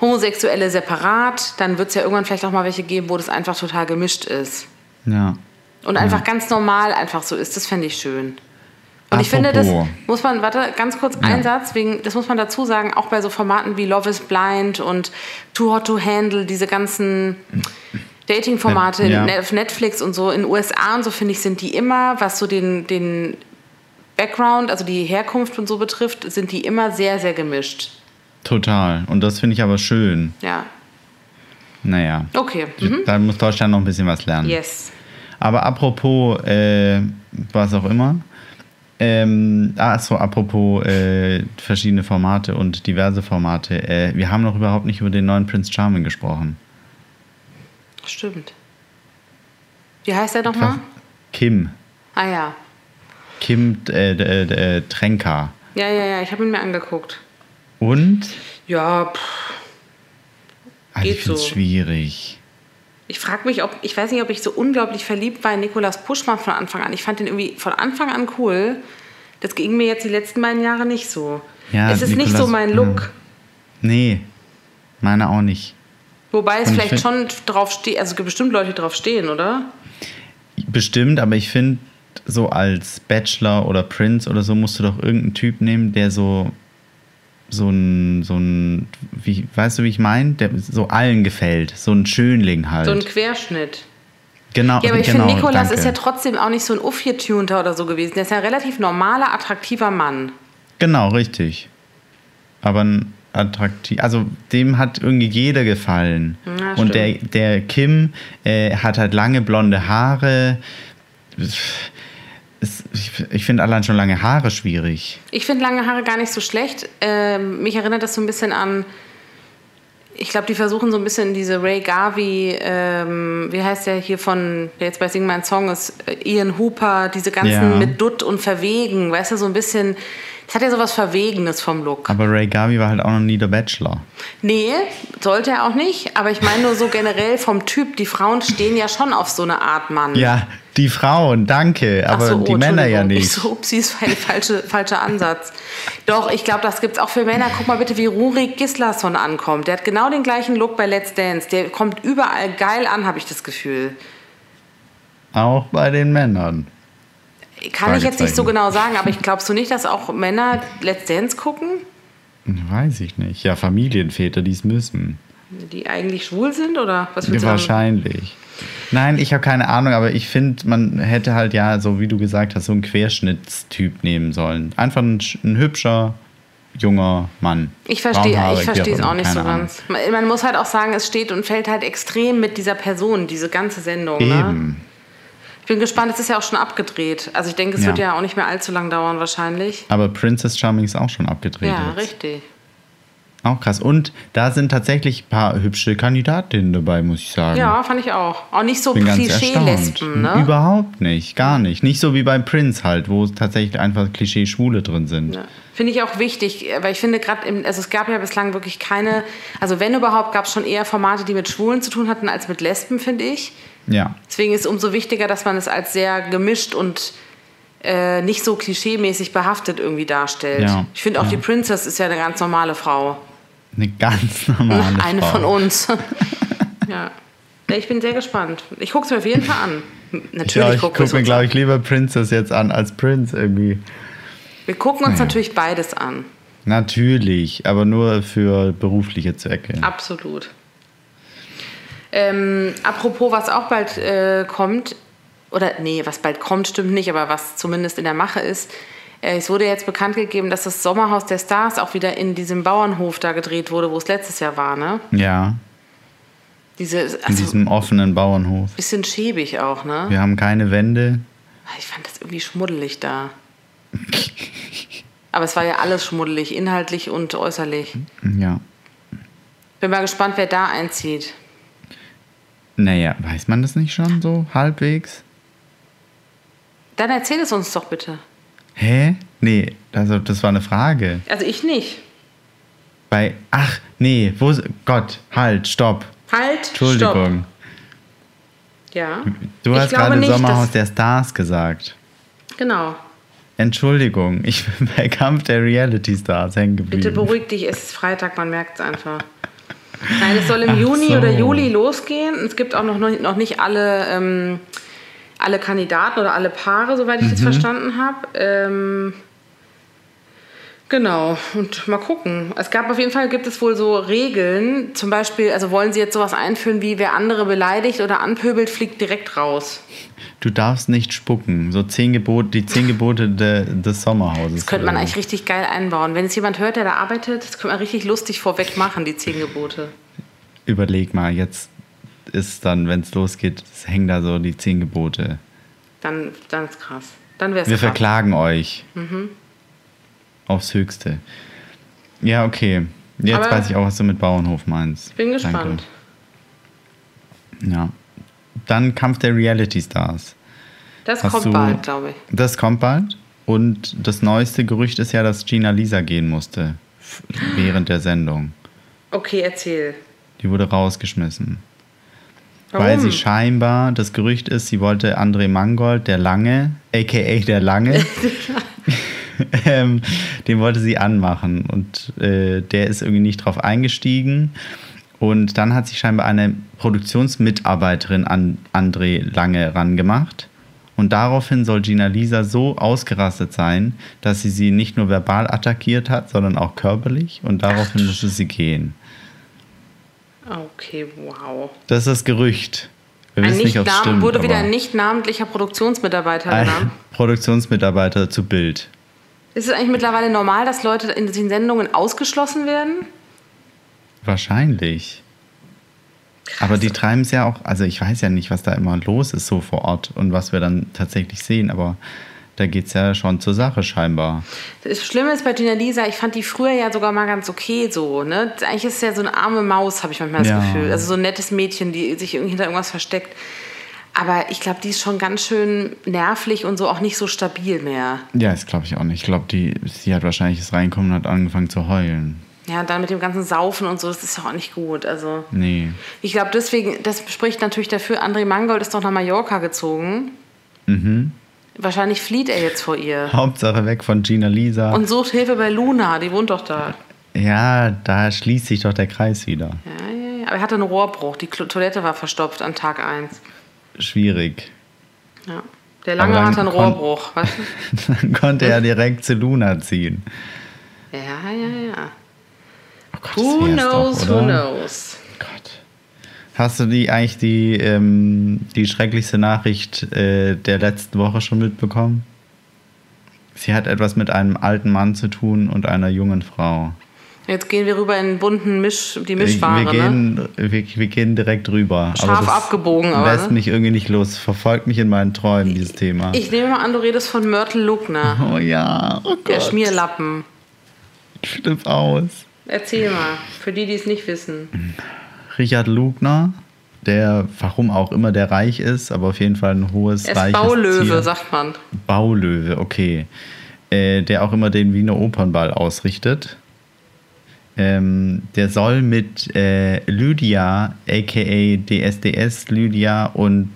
[SPEAKER 2] Homosexuelle separat. Dann wird es ja irgendwann vielleicht auch mal welche geben, wo das einfach total gemischt ist.
[SPEAKER 3] Ja.
[SPEAKER 2] Und einfach ganz normal einfach so ist, das fände ich schön. Und ich finde, das
[SPEAKER 3] Apropos.
[SPEAKER 2] muss man, warte, ganz kurz einen Satz, wegen, das muss man dazu sagen, auch bei so Formaten wie Love is Blind und Too Hot to Handle, diese ganzen Dating-Formate
[SPEAKER 3] Ja.
[SPEAKER 2] in- auf Netflix und so, in den USA und so, finde ich, sind die immer, was so den, den Background, also die Herkunft und so betrifft, sind die immer sehr, sehr gemischt.
[SPEAKER 3] Total. Und das finde ich aber schön.
[SPEAKER 2] Ja,
[SPEAKER 3] Naja.
[SPEAKER 2] okay. Mhm.
[SPEAKER 3] Da muss Deutschland noch ein bisschen was lernen.
[SPEAKER 2] Yes.
[SPEAKER 3] Aber apropos, äh, was auch immer. Ähm, ach so, apropos äh, verschiedene Formate und diverse Formate. Äh, wir haben noch überhaupt nicht über den neuen Prince Charming gesprochen.
[SPEAKER 2] Stimmt. Wie heißt der nochmal?
[SPEAKER 3] Kim.
[SPEAKER 2] Ah ja.
[SPEAKER 3] Kim äh, d- äh, d- äh, Trenka.
[SPEAKER 2] Ja, ja, ja, ich habe ihn mir angeguckt.
[SPEAKER 3] Und?
[SPEAKER 2] Ja, pff,
[SPEAKER 3] Also ich
[SPEAKER 2] Geht
[SPEAKER 3] finde es
[SPEAKER 2] so.
[SPEAKER 3] schwierig.
[SPEAKER 2] ich frage mich, ob ich weiß nicht, ob ich so unglaublich verliebt war in Nikolaus Puschmann von Anfang an. Ich fand den irgendwie von Anfang an cool. Das ging mir jetzt die letzten beiden Jahre nicht so.
[SPEAKER 3] Ja,
[SPEAKER 2] es ist nicht
[SPEAKER 3] Nicolas-
[SPEAKER 2] so mein Look.
[SPEAKER 3] ja. Nee, meine auch nicht.
[SPEAKER 2] Wobei es
[SPEAKER 3] Und ich
[SPEAKER 2] vielleicht schon drauf steht, also es gibt bestimmt Leute, die drauf stehen, oder?
[SPEAKER 3] Bestimmt, aber ich finde, so als Bachelor oder Prince oder so musst du doch irgendeinen Typ nehmen, der so so ein, so ein, wie, weißt du, wie ich meine? Der so allen gefällt. So ein Schönling halt.
[SPEAKER 2] So ein Querschnitt.
[SPEAKER 3] genau,
[SPEAKER 2] Ja, aber ich
[SPEAKER 3] genau,
[SPEAKER 2] finde, Nikolas
[SPEAKER 3] danke.
[SPEAKER 2] ist ja trotzdem auch nicht so ein Uff-Getunter oder so gewesen. Der ist ja ein relativ normaler, attraktiver Mann.
[SPEAKER 3] Genau, richtig. Aber ein attraktiv, also dem hat irgendwie jeder gefallen.
[SPEAKER 2] Ja,
[SPEAKER 3] Und
[SPEAKER 2] stimmt.
[SPEAKER 3] der, der Kim äh, hat halt lange blonde Haare. Es- Ich, ich finde allein schon lange Haare schwierig.
[SPEAKER 2] Ich finde lange Haare gar nicht so schlecht. Ähm, mich erinnert das so ein bisschen an, ich glaube, die versuchen so ein bisschen diese Ray Garvey, ähm, wie heißt der hier von, der jetzt bei Sing Mein Song ist, äh, Ian Hooper, diese ganzen
[SPEAKER 3] Ja.
[SPEAKER 2] mit Dutt und Verwegen, weißt du, so ein bisschen, das hat ja sowas Verwegenes vom Look.
[SPEAKER 3] Aber Ray Garvey war halt auch noch nie der Bachelor.
[SPEAKER 2] Nee, sollte er auch nicht, aber ich meine nur so generell vom Typ, die Frauen stehen ja schon auf so eine Art Mann.
[SPEAKER 3] Ja, die Frauen, danke,
[SPEAKER 2] Ach
[SPEAKER 3] aber
[SPEAKER 2] so, oh,
[SPEAKER 3] die Männer ja
[SPEAKER 2] Entschuldigung. Ich
[SPEAKER 3] nicht.
[SPEAKER 2] so, upsi, ist ein falsche, falscher Ansatz. Doch, ich glaube, das gibt's auch für Männer. Guck mal bitte, wie Rurik Gislason ankommt. Der hat genau den gleichen Look bei Let's Dance. Der kommt überall geil an, habe ich das Gefühl.
[SPEAKER 3] Auch bei den Männern.
[SPEAKER 2] Kann ich jetzt nicht so
[SPEAKER 3] Fragezeichen.
[SPEAKER 2] genau sagen, aber ich glaubst du nicht, dass auch Männer Let's Dance gucken,
[SPEAKER 3] Weiß ich nicht. Ja, Familienväter, die es müssen.
[SPEAKER 2] die eigentlich schwul sind oder was willst du sagen?
[SPEAKER 3] Wahrscheinlich. Nein, ich habe keine Ahnung, aber ich finde, man hätte halt ja, so wie du gesagt hast, so einen Querschnittstyp nehmen sollen. Einfach ein, sch- ein hübscher, junger Mann.
[SPEAKER 2] Ich verstehe, ich
[SPEAKER 3] Braunhaarig,
[SPEAKER 2] verstehe es
[SPEAKER 3] wie
[SPEAKER 2] auch nicht so
[SPEAKER 3] keine Ahnung.
[SPEAKER 2] ganz. Man, man muss halt auch sagen, es steht und fällt halt extrem mit dieser Person, diese ganze Sendung. Ne?
[SPEAKER 3] Eben.
[SPEAKER 2] Ich bin gespannt, es ist ja auch schon abgedreht. Also ich denke, es
[SPEAKER 3] Ja.
[SPEAKER 2] wird ja auch nicht mehr allzu lang dauern wahrscheinlich.
[SPEAKER 3] Aber Princess Charming ist auch schon abgedreht.
[SPEAKER 2] Ja,
[SPEAKER 3] jetzt.
[SPEAKER 2] richtig.
[SPEAKER 3] Auch krass. Und da sind tatsächlich ein paar hübsche Kandidatinnen dabei, muss ich sagen.
[SPEAKER 2] Ja, fand ich auch. Auch nicht so
[SPEAKER 3] bin ganz erstaunt.
[SPEAKER 2] Klischee-Lesben, ne?
[SPEAKER 3] Überhaupt nicht, gar nicht. Nicht so wie bei Prince halt, wo tatsächlich einfach Klischee-Schwule drin sind.
[SPEAKER 2] Ja. Finde ich auch wichtig, weil ich finde gerade, im- also es gab ja bislang wirklich keine, also wenn überhaupt, gab es schon eher Formate, die mit Schwulen zu tun hatten, als mit Lesben, finde ich.
[SPEAKER 3] Ja.
[SPEAKER 2] Deswegen ist es umso wichtiger, dass man es als sehr gemischt und äh, nicht so klischeemäßig behaftet irgendwie darstellt.
[SPEAKER 3] Ja,
[SPEAKER 2] Ich finde auch
[SPEAKER 3] ja.
[SPEAKER 2] die Princess ist ja eine ganz normale Frau.
[SPEAKER 3] Eine ganz normale
[SPEAKER 2] eine
[SPEAKER 3] Frau.
[SPEAKER 2] von uns. [LAUGHS] ja. Ja, Ich bin sehr gespannt. Ich gucke es mir auf jeden Fall an. Natürlich
[SPEAKER 3] Ja, ich
[SPEAKER 2] gucken
[SPEAKER 3] gucke
[SPEAKER 2] wir
[SPEAKER 3] mir,
[SPEAKER 2] es
[SPEAKER 3] glaube ich, lieber Princess jetzt an als Prince irgendwie.
[SPEAKER 2] Wir gucken uns
[SPEAKER 3] Naja.
[SPEAKER 2] natürlich beides an.
[SPEAKER 3] Natürlich, aber nur für berufliche Zwecke.
[SPEAKER 2] Ah. Absolut. Ähm, apropos, was auch bald äh, kommt, oder nee, was bald kommt, stimmt nicht, aber was zumindest in der Mache ist. Äh, es wurde jetzt bekannt gegeben, dass das Sommerhaus der Stars auch wieder in diesem Bauernhof da gedreht wurde, wo es letztes Jahr war, ne?
[SPEAKER 3] Ja,
[SPEAKER 2] Diese,
[SPEAKER 3] in
[SPEAKER 2] also,
[SPEAKER 3] diesem offenen Bauernhof.
[SPEAKER 2] bisschen schäbig auch, ne?
[SPEAKER 3] Wir haben keine Wände. [LAUGHS]
[SPEAKER 2] Ich fand das irgendwie schmuddelig da. Aber es war ja alles schmuddelig, inhaltlich und äußerlich.
[SPEAKER 3] Mhm. Ja.
[SPEAKER 2] Bin mal gespannt, wer da einzieht.
[SPEAKER 3] Naja, weiß man das nicht schon so halbwegs?
[SPEAKER 2] Dann erzähl es uns doch bitte.
[SPEAKER 3] Hä? Nee, also das war eine Frage.
[SPEAKER 2] Also ich nicht.
[SPEAKER 3] Bei. Ach, nee, wo. Gott, halt, stopp.
[SPEAKER 2] Halt, stopp.
[SPEAKER 3] Entschuldigung.
[SPEAKER 2] Ja.
[SPEAKER 3] Du
[SPEAKER 2] Ich
[SPEAKER 3] hast
[SPEAKER 2] glaube
[SPEAKER 3] gerade
[SPEAKER 2] nicht,
[SPEAKER 3] Sommerhaus
[SPEAKER 2] dass-
[SPEAKER 3] der Stars gesagt.
[SPEAKER 2] Genau.
[SPEAKER 3] Entschuldigung, ich bin [LAUGHS] bei Kampf der Reality Stars hängen geblieben.
[SPEAKER 2] Bitte beruhig dich, es ist Freitag, man merkt es einfach. Nein, es soll im
[SPEAKER 3] Ach
[SPEAKER 2] Juni
[SPEAKER 3] so.
[SPEAKER 2] oder Juli losgehen. Es gibt auch noch, noch nicht alle, ähm, alle Kandidaten oder alle Paare, soweit ich
[SPEAKER 3] Mhm.
[SPEAKER 2] das verstanden habe. Ähm, genau, und mal gucken. Es gab auf jeden Fall, gibt es wohl so Regeln. Zum Beispiel, also wollen sie jetzt sowas einführen wie, wer andere beleidigt oder anpöbelt, fliegt direkt raus.
[SPEAKER 3] Du darfst nicht spucken. So zehn Gebote, die zehn Gebote de, des Sommerhauses.
[SPEAKER 2] Könnte man
[SPEAKER 3] oder
[SPEAKER 2] eigentlich richtig geil einbauen. Wenn es jemand hört, der da arbeitet, das könnte man richtig lustig vorweg machen, die zehn Gebote.
[SPEAKER 3] so. Überleg mal, jetzt ist dann, wenn es losgeht, es hängen da so die zehn Gebote.
[SPEAKER 2] Dann, dann ist krass. Dann wär's
[SPEAKER 3] Wir
[SPEAKER 2] krass.
[SPEAKER 3] verklagen euch.
[SPEAKER 2] Mhm.
[SPEAKER 3] Aufs Höchste. Ja, okay. Jetzt
[SPEAKER 2] Aber-
[SPEAKER 3] weiß ich auch, was du mit Bauernhof meinst.
[SPEAKER 2] Ich bin
[SPEAKER 3] Danke.
[SPEAKER 2] gespannt.
[SPEAKER 3] Ja. Dann Kampf der Reality Stars.
[SPEAKER 2] Das
[SPEAKER 3] Hast
[SPEAKER 2] kommt
[SPEAKER 3] du-
[SPEAKER 2] bald, glaube ich.
[SPEAKER 3] Das kommt bald. Und das neueste Gerücht ist ja, dass Gina Lisa gehen musste. f- Während der Sendung.
[SPEAKER 2] Okay, erzähl.
[SPEAKER 3] Die wurde rausgeschmissen.
[SPEAKER 2] Warum?
[SPEAKER 3] Weil sie scheinbar, das Gerücht ist, sie wollte André Mangold, der Lange, a.k.a.
[SPEAKER 2] [LAUGHS]
[SPEAKER 3] der Lange, ähm, den wollte sie anmachen. Und äh, der ist irgendwie nicht drauf eingestiegen. Und dann hat sich scheinbar eine Produktionsmitarbeiterin an André Lange rangemacht. Und daraufhin soll Gina Lisa so ausgerastet sein, dass sie sie nicht nur verbal attackiert hat, sondern auch körperlich. Und daraufhin musste sie gehen.
[SPEAKER 2] Okay, wow.
[SPEAKER 3] Das ist das Gerücht. Wir
[SPEAKER 2] Ein
[SPEAKER 3] wissen nicht,
[SPEAKER 2] nicht
[SPEAKER 3] ob es
[SPEAKER 2] nam-
[SPEAKER 3] stimmt.
[SPEAKER 2] wurde wieder
[SPEAKER 3] aber
[SPEAKER 2] ein nicht namentlicher Produktionsmitarbeiter
[SPEAKER 3] ein
[SPEAKER 2] genannt.
[SPEAKER 3] Produktionsmitarbeiter zu Bild.
[SPEAKER 2] Ist es eigentlich mittlerweile normal, dass Leute in den Sendungen ausgeschlossen werden?
[SPEAKER 3] Wahrscheinlich. Aber die treiben es ja auch, also ich weiß ja nicht, was da immer los ist so vor Ort und was wir dann tatsächlich sehen, aber Da geht's ja schon zur Sache scheinbar.
[SPEAKER 2] Das Schlimme ist bei Gina Lisa, ich fand die früher ja sogar mal ganz okay so. Ne? Eigentlich ist es ja so eine arme Maus, habe ich manchmal das
[SPEAKER 3] Ja.
[SPEAKER 2] Gefühl. Also so ein nettes Mädchen, die sich irgendwie hinter irgendwas versteckt. Aber ich glaube, die ist schon ganz schön nervlich und so auch nicht so stabil mehr.
[SPEAKER 3] Ja, das glaube ich auch nicht. Ich glaube, die, sie hat wahrscheinlich das Reinkommen und hat angefangen zu heulen.
[SPEAKER 2] Ja, dann mit dem ganzen Saufen und so, das ist ja auch nicht gut. Also
[SPEAKER 3] Nee.
[SPEAKER 2] ich glaube, deswegen, das spricht natürlich dafür, André Mangold ist doch nach Mallorca gezogen.
[SPEAKER 3] Mhm.
[SPEAKER 2] Wahrscheinlich flieht er jetzt vor ihr.
[SPEAKER 3] Hauptsache weg von Gina Lisa.
[SPEAKER 2] Und sucht Hilfe bei Luna, die wohnt doch da.
[SPEAKER 3] ja, da schließt sich doch der Kreis wieder.
[SPEAKER 2] Ja, ja, ja. Aber er hatte einen Rohrbruch. Die Klo Toilette war verstopft an Tag 1.
[SPEAKER 3] Schwierig. [LAUGHS]
[SPEAKER 2] Ja. Der Lange
[SPEAKER 3] Aber dann
[SPEAKER 2] hatte einen
[SPEAKER 3] kon-
[SPEAKER 2] Rohrbruch. Weißt du?
[SPEAKER 3] Dann konnte er direkt zu Luna ziehen.
[SPEAKER 2] Ja, ja, ja.
[SPEAKER 3] Oh Gott, das
[SPEAKER 2] Who
[SPEAKER 3] wär's doch,
[SPEAKER 2] knows, who
[SPEAKER 3] oder?
[SPEAKER 2] knows?
[SPEAKER 3] Gott. Hast du die eigentlich die, ähm, die schrecklichste Nachricht äh, der letzten Woche schon mitbekommen? Sie hat etwas mit einem alten Mann zu tun und einer jungen Frau.
[SPEAKER 2] Jetzt gehen wir rüber in den bunten Misch, die Mischware.
[SPEAKER 3] wir,
[SPEAKER 2] ne?
[SPEAKER 3] gehen, wir, wir gehen direkt rüber.
[SPEAKER 2] Scharf abgebogen, aber,
[SPEAKER 3] Lässt
[SPEAKER 2] ne?
[SPEAKER 3] mich irgendwie nicht los. Verfolgt mich in meinen Träumen, dieses Thema.
[SPEAKER 2] Ich nehme mal an, du redest von Mörtel Lugner.
[SPEAKER 3] oh ja, oh Gott.
[SPEAKER 2] Der Schmierlappen.
[SPEAKER 3] Schlimm aus.
[SPEAKER 2] Erzähl mal, für die, die es nicht wissen.
[SPEAKER 3] Richard Lugner, der, warum auch immer, der reich ist, aber auf jeden Fall ein hohes,
[SPEAKER 2] Er ist
[SPEAKER 3] reiches
[SPEAKER 2] Baulöwe,
[SPEAKER 3] Tier.
[SPEAKER 2] sagt man.
[SPEAKER 3] Baulöwe, okay. Äh, der auch immer den Wiener Opernball ausrichtet. Ähm, der soll mit äh, Lydia, a.k.a. DSDS Lydia und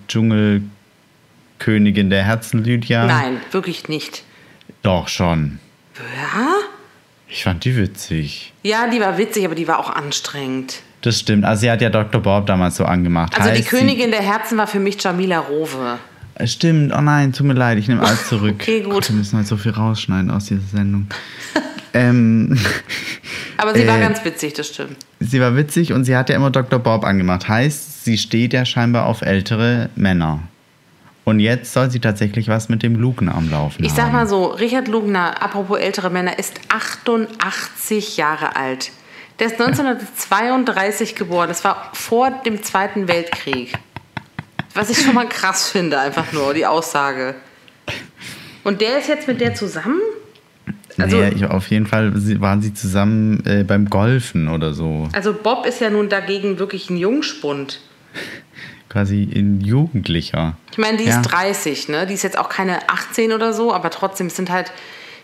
[SPEAKER 3] Dschungelkönigin der Herzen Lydia.
[SPEAKER 2] Nein, wirklich nicht.
[SPEAKER 3] Doch schon.
[SPEAKER 2] Ja?
[SPEAKER 3] Ich fand die witzig.
[SPEAKER 2] Ja, die war witzig, aber die war auch anstrengend.
[SPEAKER 3] Das stimmt. Also sie hat ja Dr. Bob damals so angemacht.
[SPEAKER 2] Also die
[SPEAKER 3] Heißt, sie-
[SPEAKER 2] Königin der Herzen war für mich Jamila Rowe.
[SPEAKER 3] Stimmt, oh nein, tut mir leid, ich nehme
[SPEAKER 2] [LAUGHS]
[SPEAKER 3] alles zurück.
[SPEAKER 2] Okay, gut.
[SPEAKER 3] Gott, wir müssen halt so viel rausschneiden aus dieser Sendung. [LAUGHS] ähm,
[SPEAKER 2] Aber sie war
[SPEAKER 3] Äh,
[SPEAKER 2] ganz witzig, das stimmt.
[SPEAKER 3] sie war witzig und sie hat ja immer Dr. Bob angemacht. Heißt, sie steht ja scheinbar auf ältere Männer. Und jetzt soll sie tatsächlich was mit dem Luken am Laufen
[SPEAKER 2] Ich sag mal
[SPEAKER 3] haben.
[SPEAKER 2] so, Richard Lugner, apropos ältere Männer, ist 88 Jahre alt. Der ist 1932 geboren. Das war vor dem Zweiten Weltkrieg. Was ich schon mal krass finde, einfach nur, die Aussage. Und der ist jetzt mit der zusammen? Also,
[SPEAKER 3] nee, ich, auf jeden Fall sie- waren sie zusammen äh, beim Golfen oder so.
[SPEAKER 2] also Bob ist ja nun dagegen wirklich ein Jungspund.
[SPEAKER 3] Quasi ein Jugendlicher.
[SPEAKER 2] Ich meine, die
[SPEAKER 3] Ja.
[SPEAKER 2] ist 30, ne? Die ist jetzt auch keine 18 oder so, aber trotzdem es sind halt.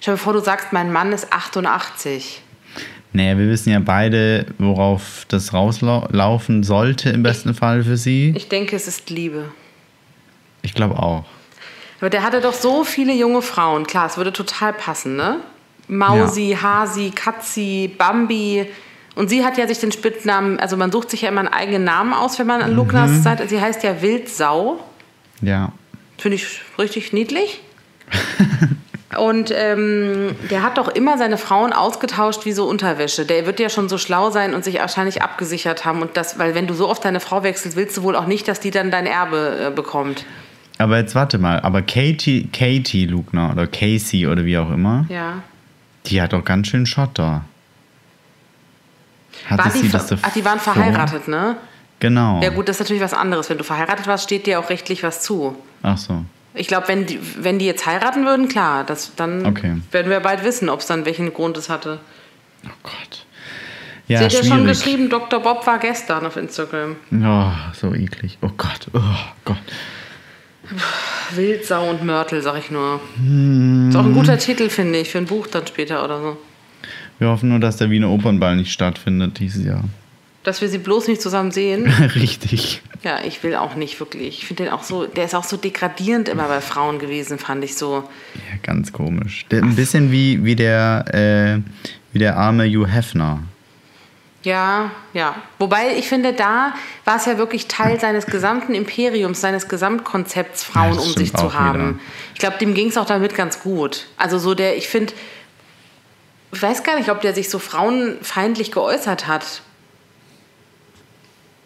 [SPEAKER 2] Stell dir vor, du sagst, mein Mann ist 88.
[SPEAKER 3] Naja, wir wissen ja beide, worauf das rauslaufen sollte im besten Fall für sie.
[SPEAKER 2] Ich denke, es ist Liebe.
[SPEAKER 3] Ich glaube auch.
[SPEAKER 2] Aber der hatte doch so viele junge Frauen. Klar, es würde total passen, ne? Mausi, Hasi, Katzi, Bambi. Und sie hat ja sich den Spitznamen, also man sucht sich ja immer einen eigenen Namen aus, wenn man an Lugnas sagt. Sie heißt ja Wildsau.
[SPEAKER 3] Ja.
[SPEAKER 2] Finde ich richtig niedlich. [LAUGHS] Und ähm, der hat doch immer seine Frauen ausgetauscht wie so Unterwäsche. Der wird ja schon so schlau sein und sich wahrscheinlich abgesichert haben. Und das, weil wenn du so oft deine Frau wechselst, willst du wohl auch nicht, dass die dann dein Erbe äh, bekommt.
[SPEAKER 3] Aber jetzt warte mal, aber Katie, Katie Lugner oder Casey oder wie auch immer,
[SPEAKER 2] Ja.
[SPEAKER 3] die hat doch ganz schön Schotter. Hatte
[SPEAKER 2] War die, ver-
[SPEAKER 3] so-
[SPEAKER 2] ach, die waren
[SPEAKER 3] so?
[SPEAKER 2] verheiratet, ne?
[SPEAKER 3] Genau.
[SPEAKER 2] Ja gut, das ist natürlich was anderes. Wenn du verheiratet warst, steht dir auch rechtlich was zu.
[SPEAKER 3] Ach so.
[SPEAKER 2] Ich glaube, wenn die, wenn die jetzt heiraten würden, klar, das, dann
[SPEAKER 3] Okay.
[SPEAKER 2] werden wir bald wissen, ob es dann welchen Grund es hatte.
[SPEAKER 3] Oh Gott. Ja,
[SPEAKER 2] Sie hat ja schon
[SPEAKER 3] schwierig.
[SPEAKER 2] geschrieben, Dr. Bob war gestern auf Instagram.
[SPEAKER 3] Oh, so eklig. Oh Gott. Oh Gott.
[SPEAKER 2] Wildsau und Mörtel, sag ich nur. Ist auch ein guter Titel, finde ich, für ein Buch dann später oder so.
[SPEAKER 3] Wir hoffen nur, dass der Wiener Opernball nicht stattfindet dieses Jahr. [LAUGHS]
[SPEAKER 2] Dass wir sie bloß nicht zusammen sehen.
[SPEAKER 3] Richtig.
[SPEAKER 2] Ja, ich will auch nicht wirklich. Ich finde den auch so, der ist auch so degradierend immer bei Frauen gewesen, fand ich so.
[SPEAKER 3] Ja, ganz komisch. Der, ein bisschen wie, wie, der, äh, wie der arme Hugh Hefner.
[SPEAKER 2] Ja, ja. Wobei ich finde, da war es ja wirklich Teil seines gesamten Imperiums, seines Gesamtkonzepts, Frauen
[SPEAKER 3] Ja, das
[SPEAKER 2] um sich
[SPEAKER 3] stimmt
[SPEAKER 2] zu
[SPEAKER 3] auch
[SPEAKER 2] haben.
[SPEAKER 3] wieder.
[SPEAKER 2] Ich glaube, dem ging es auch damit ganz gut. Also so der, ich finde, ich weiß gar nicht, ob der sich so frauenfeindlich geäußert hat.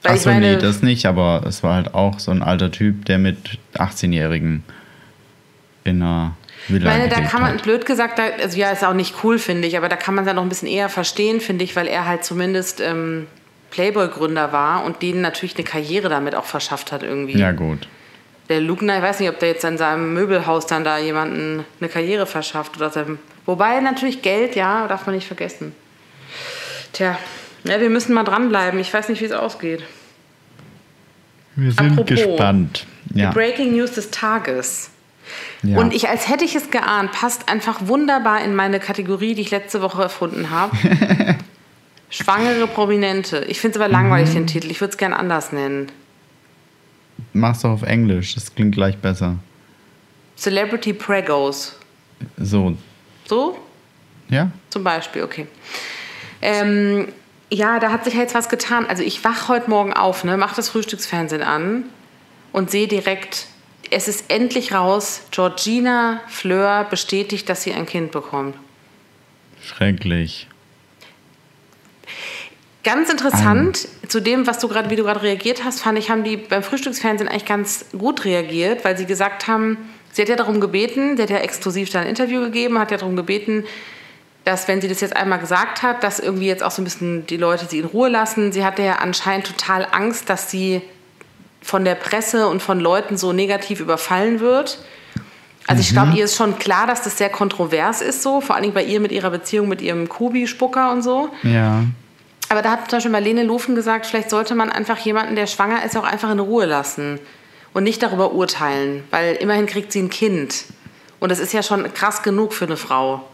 [SPEAKER 2] Weil
[SPEAKER 3] Ach
[SPEAKER 2] ich
[SPEAKER 3] so,
[SPEAKER 2] meine-
[SPEAKER 3] nee, das nicht, aber es war halt auch so ein alter Typ, der mit 18-Jährigen in einer Villa
[SPEAKER 2] Ich meine, da
[SPEAKER 3] gelebt
[SPEAKER 2] kann man,
[SPEAKER 3] hat.
[SPEAKER 2] blöd gesagt, da, also ja, ist auch nicht cool, finde ich, aber da kann man es ja noch ein bisschen eher verstehen, finde ich, weil er halt zumindest ähm, Playboy-Gründer war und denen natürlich eine Karriere damit auch verschafft hat irgendwie.
[SPEAKER 3] Ja, gut.
[SPEAKER 2] der Lugner, ich weiß nicht, ob der jetzt in seinem Möbelhaus dann da jemanden eine Karriere verschafft oder seinem. Wobei natürlich Geld, ja, darf man nicht vergessen. Tja, ja, wir müssen mal dranbleiben. Ich weiß nicht, wie es ausgeht.
[SPEAKER 3] Wir sind
[SPEAKER 2] Apropos.
[SPEAKER 3] gespannt. Ja.
[SPEAKER 2] Die Breaking News des Tages.
[SPEAKER 3] ja.
[SPEAKER 2] Und ich, als hätte ich es geahnt, passt einfach wunderbar in meine Kategorie, die ich letzte Woche erfunden
[SPEAKER 3] [LAUGHS]
[SPEAKER 2] habe. Schwangere Prominente. Ich finde es aber langweilig, den Titel. Ich würde es gern anders nennen.
[SPEAKER 3] Mach's doch auf Englisch, das klingt gleich besser.
[SPEAKER 2] Celebrity Pregos.
[SPEAKER 3] So,
[SPEAKER 2] So?
[SPEAKER 3] ja?
[SPEAKER 2] Zum Beispiel, okay. Ähm, ja, da hat sich ja jetzt was getan. Also ich wach heute Morgen auf, ne, mach das Frühstücksfernsehen an und sehe direkt, es ist endlich raus, Georgina Fleur bestätigt, dass sie ein Kind bekommt.
[SPEAKER 3] Schrecklich.
[SPEAKER 2] Ganz interessant, zu dem, was du gerade, wie du gerade reagiert hast, fand ich, haben die beim Frühstücksfernsehen eigentlich ganz gut reagiert, weil sie gesagt haben, sie hat ja darum gebeten, sie hat ja exklusiv da ein Interview gegeben, hat ja darum gebeten, dass wenn sie das jetzt einmal gesagt hat, dass irgendwie jetzt auch so ein bisschen die Leute sie in Ruhe lassen. Sie hatte ja anscheinend total Angst, dass sie von der Presse und von Leuten so negativ überfallen wird. Also ich glaube, ihr ist schon klar, dass das sehr kontrovers ist so, vor allen Dingen bei ihr mit ihrer Beziehung mit ihrem Kubi-Spucker und so.
[SPEAKER 3] Ja.
[SPEAKER 2] Aber da hat zum Beispiel Marlene Lufen gesagt, vielleicht sollte man einfach jemanden, der schwanger ist, auch einfach in Ruhe lassen und nicht darüber urteilen, weil immerhin kriegt sie ein Kind. Und das ist ja schon krass genug für eine Frau.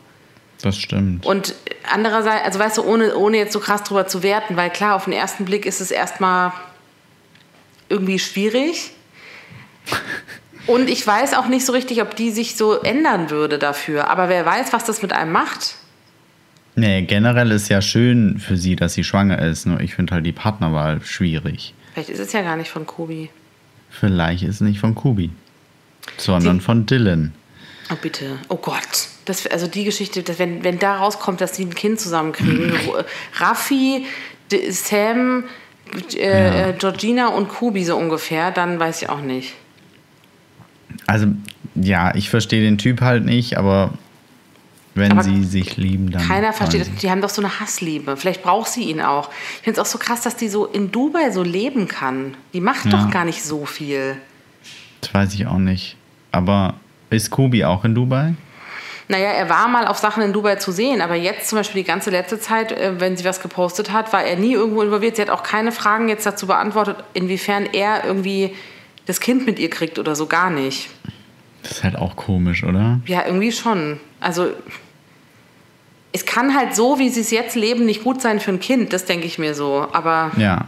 [SPEAKER 3] Das stimmt.
[SPEAKER 2] Und andererseits, also weißt du, ohne, ohne jetzt so krass drüber zu werten, weil klar, auf den ersten Blick ist es erstmal irgendwie schwierig. Und ich weiß auch nicht so richtig, ob die sich so ändern würde dafür. Aber wer weiß, was das mit einem macht.
[SPEAKER 3] nee, generell ist ja schön für sie, dass sie schwanger ist. Nur ich finde halt die Partnerwahl schwierig.
[SPEAKER 2] Vielleicht ist es ja gar nicht von Kobi.
[SPEAKER 3] Vielleicht ist es nicht von Kubi, sondern von Dylan.
[SPEAKER 2] Oh bitte, oh Gott. Das, also die Geschichte, dass wenn, wenn da rauskommt, dass sie ein Kind zusammenkriegen. wo- Raffi, D Sam, äh, äh, Georgina und Kubi so ungefähr, dann weiß ich auch nicht.
[SPEAKER 3] Also, ja, ich verstehe den Typ halt nicht, aber wenn
[SPEAKER 2] Aber
[SPEAKER 3] sie sich lieben, dann.
[SPEAKER 2] Keiner
[SPEAKER 3] sollen
[SPEAKER 2] versteht
[SPEAKER 3] sie.
[SPEAKER 2] das. Die haben doch so eine Hassliebe. Vielleicht braucht sie ihn auch. Ich finde es auch so krass, dass die so in Dubai so leben kann. Die macht
[SPEAKER 3] Ja.
[SPEAKER 2] doch gar nicht so viel.
[SPEAKER 3] Das weiß ich auch nicht. Aber ist Kubi auch in Dubai?
[SPEAKER 2] Naja, er war mal auf Sachen in Dubai zu sehen, aber jetzt zum Beispiel die ganze letzte Zeit, äh, wenn sie was gepostet hat, war er nie irgendwo involviert. Sie hat auch keine Fragen jetzt dazu beantwortet, inwiefern er irgendwie das Kind mit ihr kriegt oder so gar nicht.
[SPEAKER 3] Das ist halt auch komisch, oder?
[SPEAKER 2] Ja, irgendwie schon. Also es kann halt so, wie sie es jetzt leben, nicht gut sein für ein Kind, das denke ich mir so. Aber
[SPEAKER 3] Ja.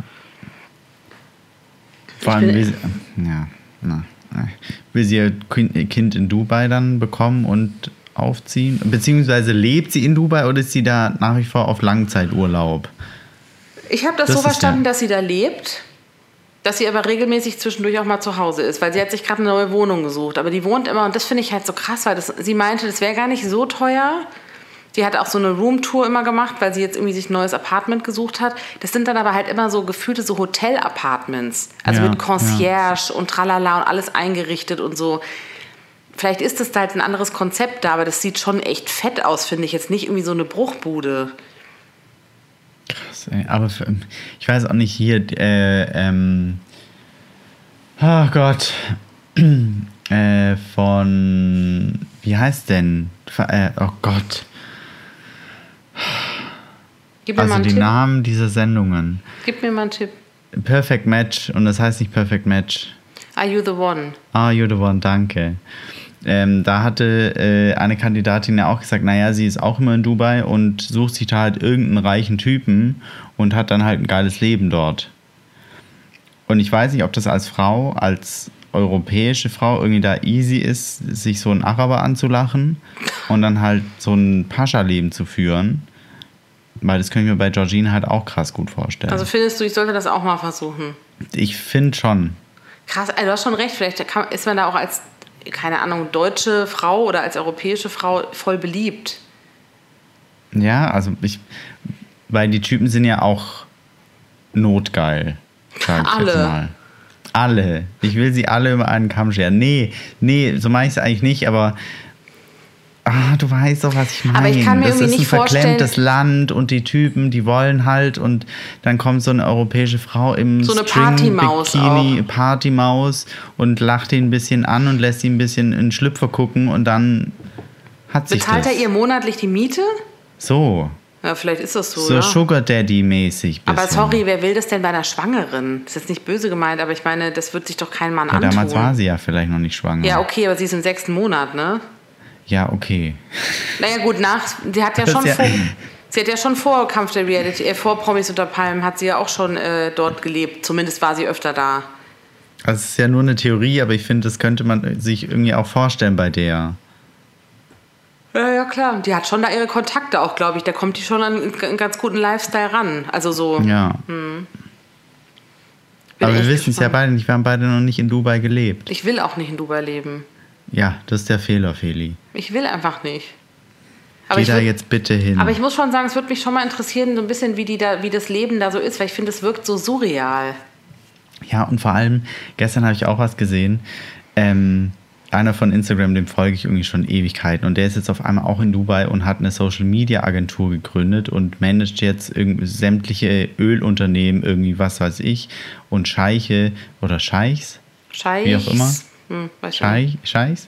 [SPEAKER 3] Vor allem, will sie, ja, na, na. will sie ihr Kind ihr Kind in Dubai dann bekommen und aufziehen? Beziehungsweise lebt sie in Dubai oder ist sie da nach wie vor auf Langzeiturlaub?
[SPEAKER 2] ich habe das,
[SPEAKER 3] Das
[SPEAKER 2] so
[SPEAKER 3] ist ja-
[SPEAKER 2] verstanden, dass sie da lebt, dass sie aber regelmäßig zwischendurch auch mal zu Hause ist, weil sie hat sich gerade eine neue Wohnung gesucht. Aber die wohnt immer, und das finde ich halt so krass, weil das, sie meinte, das wäre gar nicht so teuer. Die hat auch so eine Roomtour immer gemacht, weil sie jetzt irgendwie sich ein neues Apartment gesucht hat. Das sind dann aber halt immer so gefühlte so Hotel-Apartments. Also
[SPEAKER 3] Ja,
[SPEAKER 2] mit Concierge und tralala und alles eingerichtet und so. Vielleicht ist das da halt ein anderes Konzept da, aber das sieht schon echt fett aus, finde ich. Jetzt nicht irgendwie so eine Bruchbude.
[SPEAKER 3] Krass, ey. äh, Aber für, ich weiß auch nicht hier, äh, ähm, oh Gott, [CLEARS THROAT] äh, von, wie heißt denn, Ver- äh, oh Gott,
[SPEAKER 2] Gib mir,
[SPEAKER 3] also
[SPEAKER 2] mal, einen
[SPEAKER 3] die
[SPEAKER 2] Tipp.
[SPEAKER 3] Namen dieser Sendungen.
[SPEAKER 2] Gib mir mal einen Tipp.
[SPEAKER 3] Perfect Match und das heißt nicht Perfect Match.
[SPEAKER 2] Are you the one?
[SPEAKER 3] Ah, you're the one, danke. Ähm, da hatte äh, eine Kandidatin ja auch gesagt, naja, sie ist auch immer in Dubai und sucht sich da halt irgendeinen reichen Typen und hat dann halt ein geiles Leben dort. Und ich weiß nicht, ob das als Frau, als europäische Frau irgendwie da easy ist, sich so einen Araber anzulachen und dann halt so ein Pascha-Leben zu führen. Weil das könnte ich mir bei Georgine halt auch krass gut vorstellen.
[SPEAKER 2] Also findest du, ich sollte das auch mal versuchen?
[SPEAKER 3] ich finde schon.
[SPEAKER 2] Krass, also du hast schon recht. Vielleicht kann, ist man da auch als, keine Ahnung, deutsche Frau oder als europäische Frau voll beliebt.
[SPEAKER 3] Ja, also ich. Weil die Typen sind ja auch notgeil. Sag ich Jetzt
[SPEAKER 2] Alle.
[SPEAKER 3] mal. Alle. Ich will sie alle über einen Kamm scheren. Nee, nee, so meine ich es eigentlich nicht, aber. Ah, du weißt doch, was ich meine.
[SPEAKER 2] Aber ich kann mir
[SPEAKER 3] das
[SPEAKER 2] irgendwie
[SPEAKER 3] ist
[SPEAKER 2] nicht
[SPEAKER 3] ein verklemmtes
[SPEAKER 2] vorstellen-
[SPEAKER 3] Land und die Typen, die wollen halt und dann kommt so eine europäische Frau im
[SPEAKER 2] So eine Partymaus
[SPEAKER 3] String-Bikini, Partymaus und lacht ihn ein bisschen an und lässt ihn ein bisschen in Schlüpfer gucken und dann hat sich
[SPEAKER 2] Bezahlt er
[SPEAKER 3] das.
[SPEAKER 2] ihr monatlich die Miete?
[SPEAKER 3] so,
[SPEAKER 2] Ja, vielleicht ist das so.
[SPEAKER 3] so
[SPEAKER 2] ja.
[SPEAKER 3] Sugar Daddy mäßig.
[SPEAKER 2] Aber
[SPEAKER 3] bisschen.
[SPEAKER 2] sorry, wer will das denn bei einer Schwangeren? Das ist jetzt nicht böse gemeint, aber ich meine, das wird sich doch kein Mann
[SPEAKER 3] Ja,
[SPEAKER 2] antun.
[SPEAKER 3] damals war sie ja vielleicht noch nicht schwanger.
[SPEAKER 2] Ja, okay, aber sie ist im sechsten Monat, ne?
[SPEAKER 3] Ja, okay.
[SPEAKER 2] Naja, gut, nach. Sie hat ja
[SPEAKER 3] Das
[SPEAKER 2] schon
[SPEAKER 3] ist ja-
[SPEAKER 2] vor. Sie hat ja schon vor Kampf der Reality, äh, vor Promis unter Palmen, hat sie ja auch schon äh, dort gelebt. Zumindest war sie öfter da.
[SPEAKER 3] Also es ist ja nur eine Theorie, aber ich finde, das könnte man sich irgendwie auch vorstellen bei der.
[SPEAKER 2] Ja, ja, klar. Die hat schon da ihre Kontakte auch, glaube ich. Da kommt die schon an einen ganz guten Lifestyle ran. Also so.
[SPEAKER 3] Ja.
[SPEAKER 2] bin
[SPEAKER 3] Aber wir
[SPEAKER 2] echt
[SPEAKER 3] wissen es ja
[SPEAKER 2] gespannt.
[SPEAKER 3] beide nicht. Wir haben beide noch nicht in Dubai gelebt.
[SPEAKER 2] Ich will auch nicht in Dubai leben.
[SPEAKER 3] Ja, das ist der Fehler, Feli.
[SPEAKER 2] Ich will einfach nicht. Aber
[SPEAKER 3] Geh
[SPEAKER 2] ich
[SPEAKER 3] da
[SPEAKER 2] würd-
[SPEAKER 3] jetzt bitte hin.
[SPEAKER 2] Aber ich muss schon sagen, es würde mich schon mal interessieren, so ein bisschen, wie, die da, wie das Leben da so ist, weil ich finde, es wirkt so surreal.
[SPEAKER 3] ja, und vor allem, gestern habe ich auch was gesehen. Ähm, einer von Instagram, dem folge ich irgendwie schon Ewigkeiten. Und der ist jetzt auf einmal auch in Dubai und hat eine Social Media Agentur gegründet und managt jetzt irgendwie sämtliche Ölunternehmen, irgendwie was weiß ich. Und Scheiche oder Scheichs.
[SPEAKER 2] Scheiß.
[SPEAKER 3] Wie auch immer.
[SPEAKER 2] Hm, weiß ich nicht.
[SPEAKER 3] Schei- Scheiß.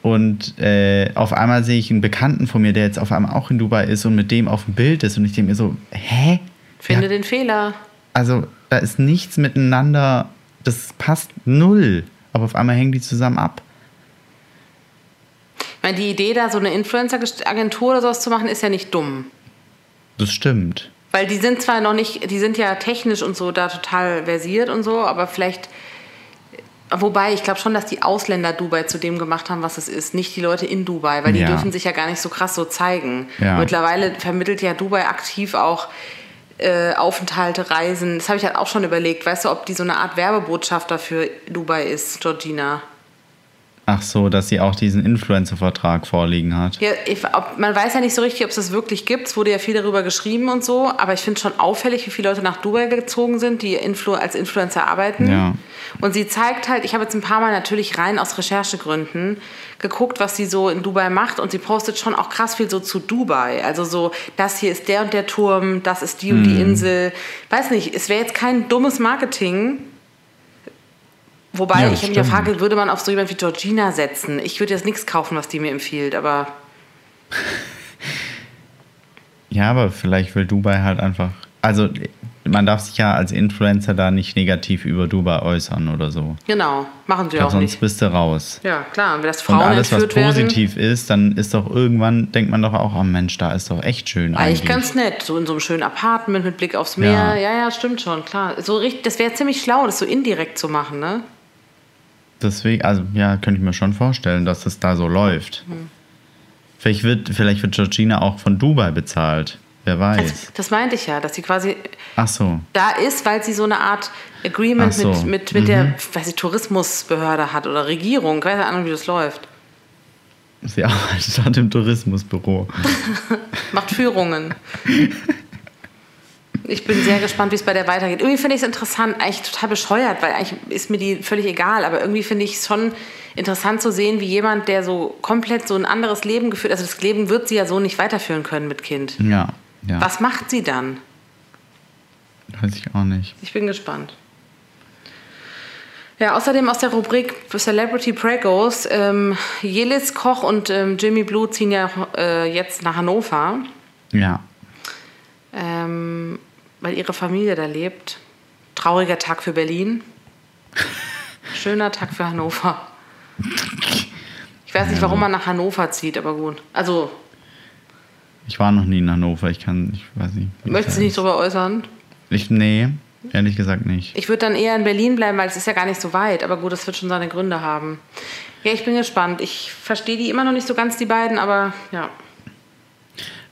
[SPEAKER 3] Und äh, auf einmal sehe ich einen Bekannten von mir, der jetzt auf einmal auch in Dubai ist und mit dem auf dem Bild ist. Und ich denke mir so, hä?
[SPEAKER 2] Finde
[SPEAKER 3] Ja,
[SPEAKER 2] den Fehler.
[SPEAKER 3] also da ist nichts miteinander, das passt null. Aber auf einmal hängen die zusammen ab.
[SPEAKER 2] Ich meine, die Idee, da so eine Influencer-Agentur oder sowas zu machen, ist ja nicht dumm.
[SPEAKER 3] Das stimmt.
[SPEAKER 2] Weil die sind zwar noch nicht, die sind ja technisch und so da total versiert und so, aber vielleicht. Wobei, ich glaube schon, dass die Ausländer Dubai zu dem gemacht haben, was es ist, nicht die Leute in Dubai, weil die
[SPEAKER 3] Ja.
[SPEAKER 2] dürfen sich ja gar nicht so krass so zeigen.
[SPEAKER 3] Ja.
[SPEAKER 2] Mittlerweile vermittelt ja Dubai aktiv auch äh, Aufenthalte, Reisen. Das habe ich halt auch schon überlegt. Weißt du, ob die so eine Art Werbebotschafter für Dubai ist, Georgina?
[SPEAKER 3] Ach so, dass sie auch diesen Influencer-Vertrag vorliegen hat.
[SPEAKER 2] Ja, ich, ob, man weiß ja nicht so richtig, ob es das wirklich gibt. Es wurde ja viel darüber geschrieben und so. Aber ich finde schon auffällig, wie viele Leute nach Dubai gezogen sind, die Influ als Influencer arbeiten.
[SPEAKER 3] Ja.
[SPEAKER 2] Und sie zeigt halt, ich habe jetzt ein paar Mal natürlich rein aus Recherchegründen geguckt, was sie so in Dubai macht. Und sie postet schon auch krass viel so zu Dubai. Also so, das hier ist der und der Turm, das ist die
[SPEAKER 3] Mhm.
[SPEAKER 2] und die Insel. Weiß nicht, es wäre jetzt kein dummes Marketing. Wobei,
[SPEAKER 3] Ja, das
[SPEAKER 2] ich habe mich ja
[SPEAKER 3] stimmt.
[SPEAKER 2] gefragt, würde man auf so jemand wie Georgina setzen? Ich würde jetzt nichts kaufen, was die mir empfiehlt, aber
[SPEAKER 3] Ja, aber vielleicht will Dubai halt einfach. Also, man darf sich ja als Influencer da nicht negativ über Dubai äußern oder so.
[SPEAKER 2] Genau, machen sie auch
[SPEAKER 3] sonst
[SPEAKER 2] nicht.
[SPEAKER 3] bist du raus.
[SPEAKER 2] Ja, klar, wenn das Frauen
[SPEAKER 3] Und alles, was
[SPEAKER 2] entführt werden.
[SPEAKER 3] positiv ist, dann ist doch irgendwann, denkt man doch auch, oh Mensch, da ist doch echt schön eigentlich.
[SPEAKER 2] Eigentlich ganz nett, so in so einem schönen Apartment mit Blick aufs Meer. Ja,
[SPEAKER 3] Ja.
[SPEAKER 2] ja, stimmt schon, klar. So richtig, das wäre ziemlich schlau, das so indirekt zu machen, ne?
[SPEAKER 3] Deswegen, also ja, könnte ich mir schon vorstellen, dass das da so läuft.
[SPEAKER 2] Mhm.
[SPEAKER 3] Vielleicht, wird, vielleicht wird Georgina auch von Dubai bezahlt. Wer weiß.
[SPEAKER 2] Das, das meinte ich ja, dass sie quasi
[SPEAKER 3] Ach so.
[SPEAKER 2] da ist, weil sie so eine Art Agreement
[SPEAKER 3] Ach so, Mhm.
[SPEAKER 2] mit, mit, mit der weiß ich, Tourismusbehörde hat oder Regierung. Keine Ahnung, wie das läuft.
[SPEAKER 3] Sie arbeitet dort
[SPEAKER 2] [LAUGHS]
[SPEAKER 3] im Tourismusbüro.
[SPEAKER 2] Macht Führungen. Ich bin sehr gespannt, wie es bei der weitergeht. Irgendwie finde ich es interessant, eigentlich total bescheuert, weil eigentlich ist mir die völlig egal, aber irgendwie finde ich es schon interessant zu sehen, wie jemand, der so komplett so ein anderes Leben geführt, also das Leben wird sie ja so nicht weiterführen können mit Kind.
[SPEAKER 3] Ja, ja.
[SPEAKER 2] Was macht sie dann?
[SPEAKER 3] Weiß ich auch nicht.
[SPEAKER 2] Ich bin gespannt. Ja, außerdem aus der Rubrik Celebrity Pregos, ähm, Jelis Koch und ähm, Jimmy Blue ziehen ja äh, jetzt nach Hannover.
[SPEAKER 3] Ja.
[SPEAKER 2] ähm, weil ihre Familie da lebt. Trauriger Tag für Berlin. Schöner Tag für Hannover. Ich weiß nicht, warum man nach Hannover zieht, aber gut. Also,
[SPEAKER 3] Ich war noch nie in Hannover. Ich kann, ich weiß nicht. wie
[SPEAKER 2] möchtest du
[SPEAKER 3] das
[SPEAKER 2] dich nicht drüber äußern?
[SPEAKER 3] heißt. Ich, nee, ehrlich gesagt nicht.
[SPEAKER 2] Ich würde dann eher in Berlin bleiben, weil es ist ja gar nicht so weit. Aber gut, das wird schon seine Gründe haben. Ja, ich bin gespannt. Ich verstehe die immer noch nicht so ganz, die beiden, aber ja.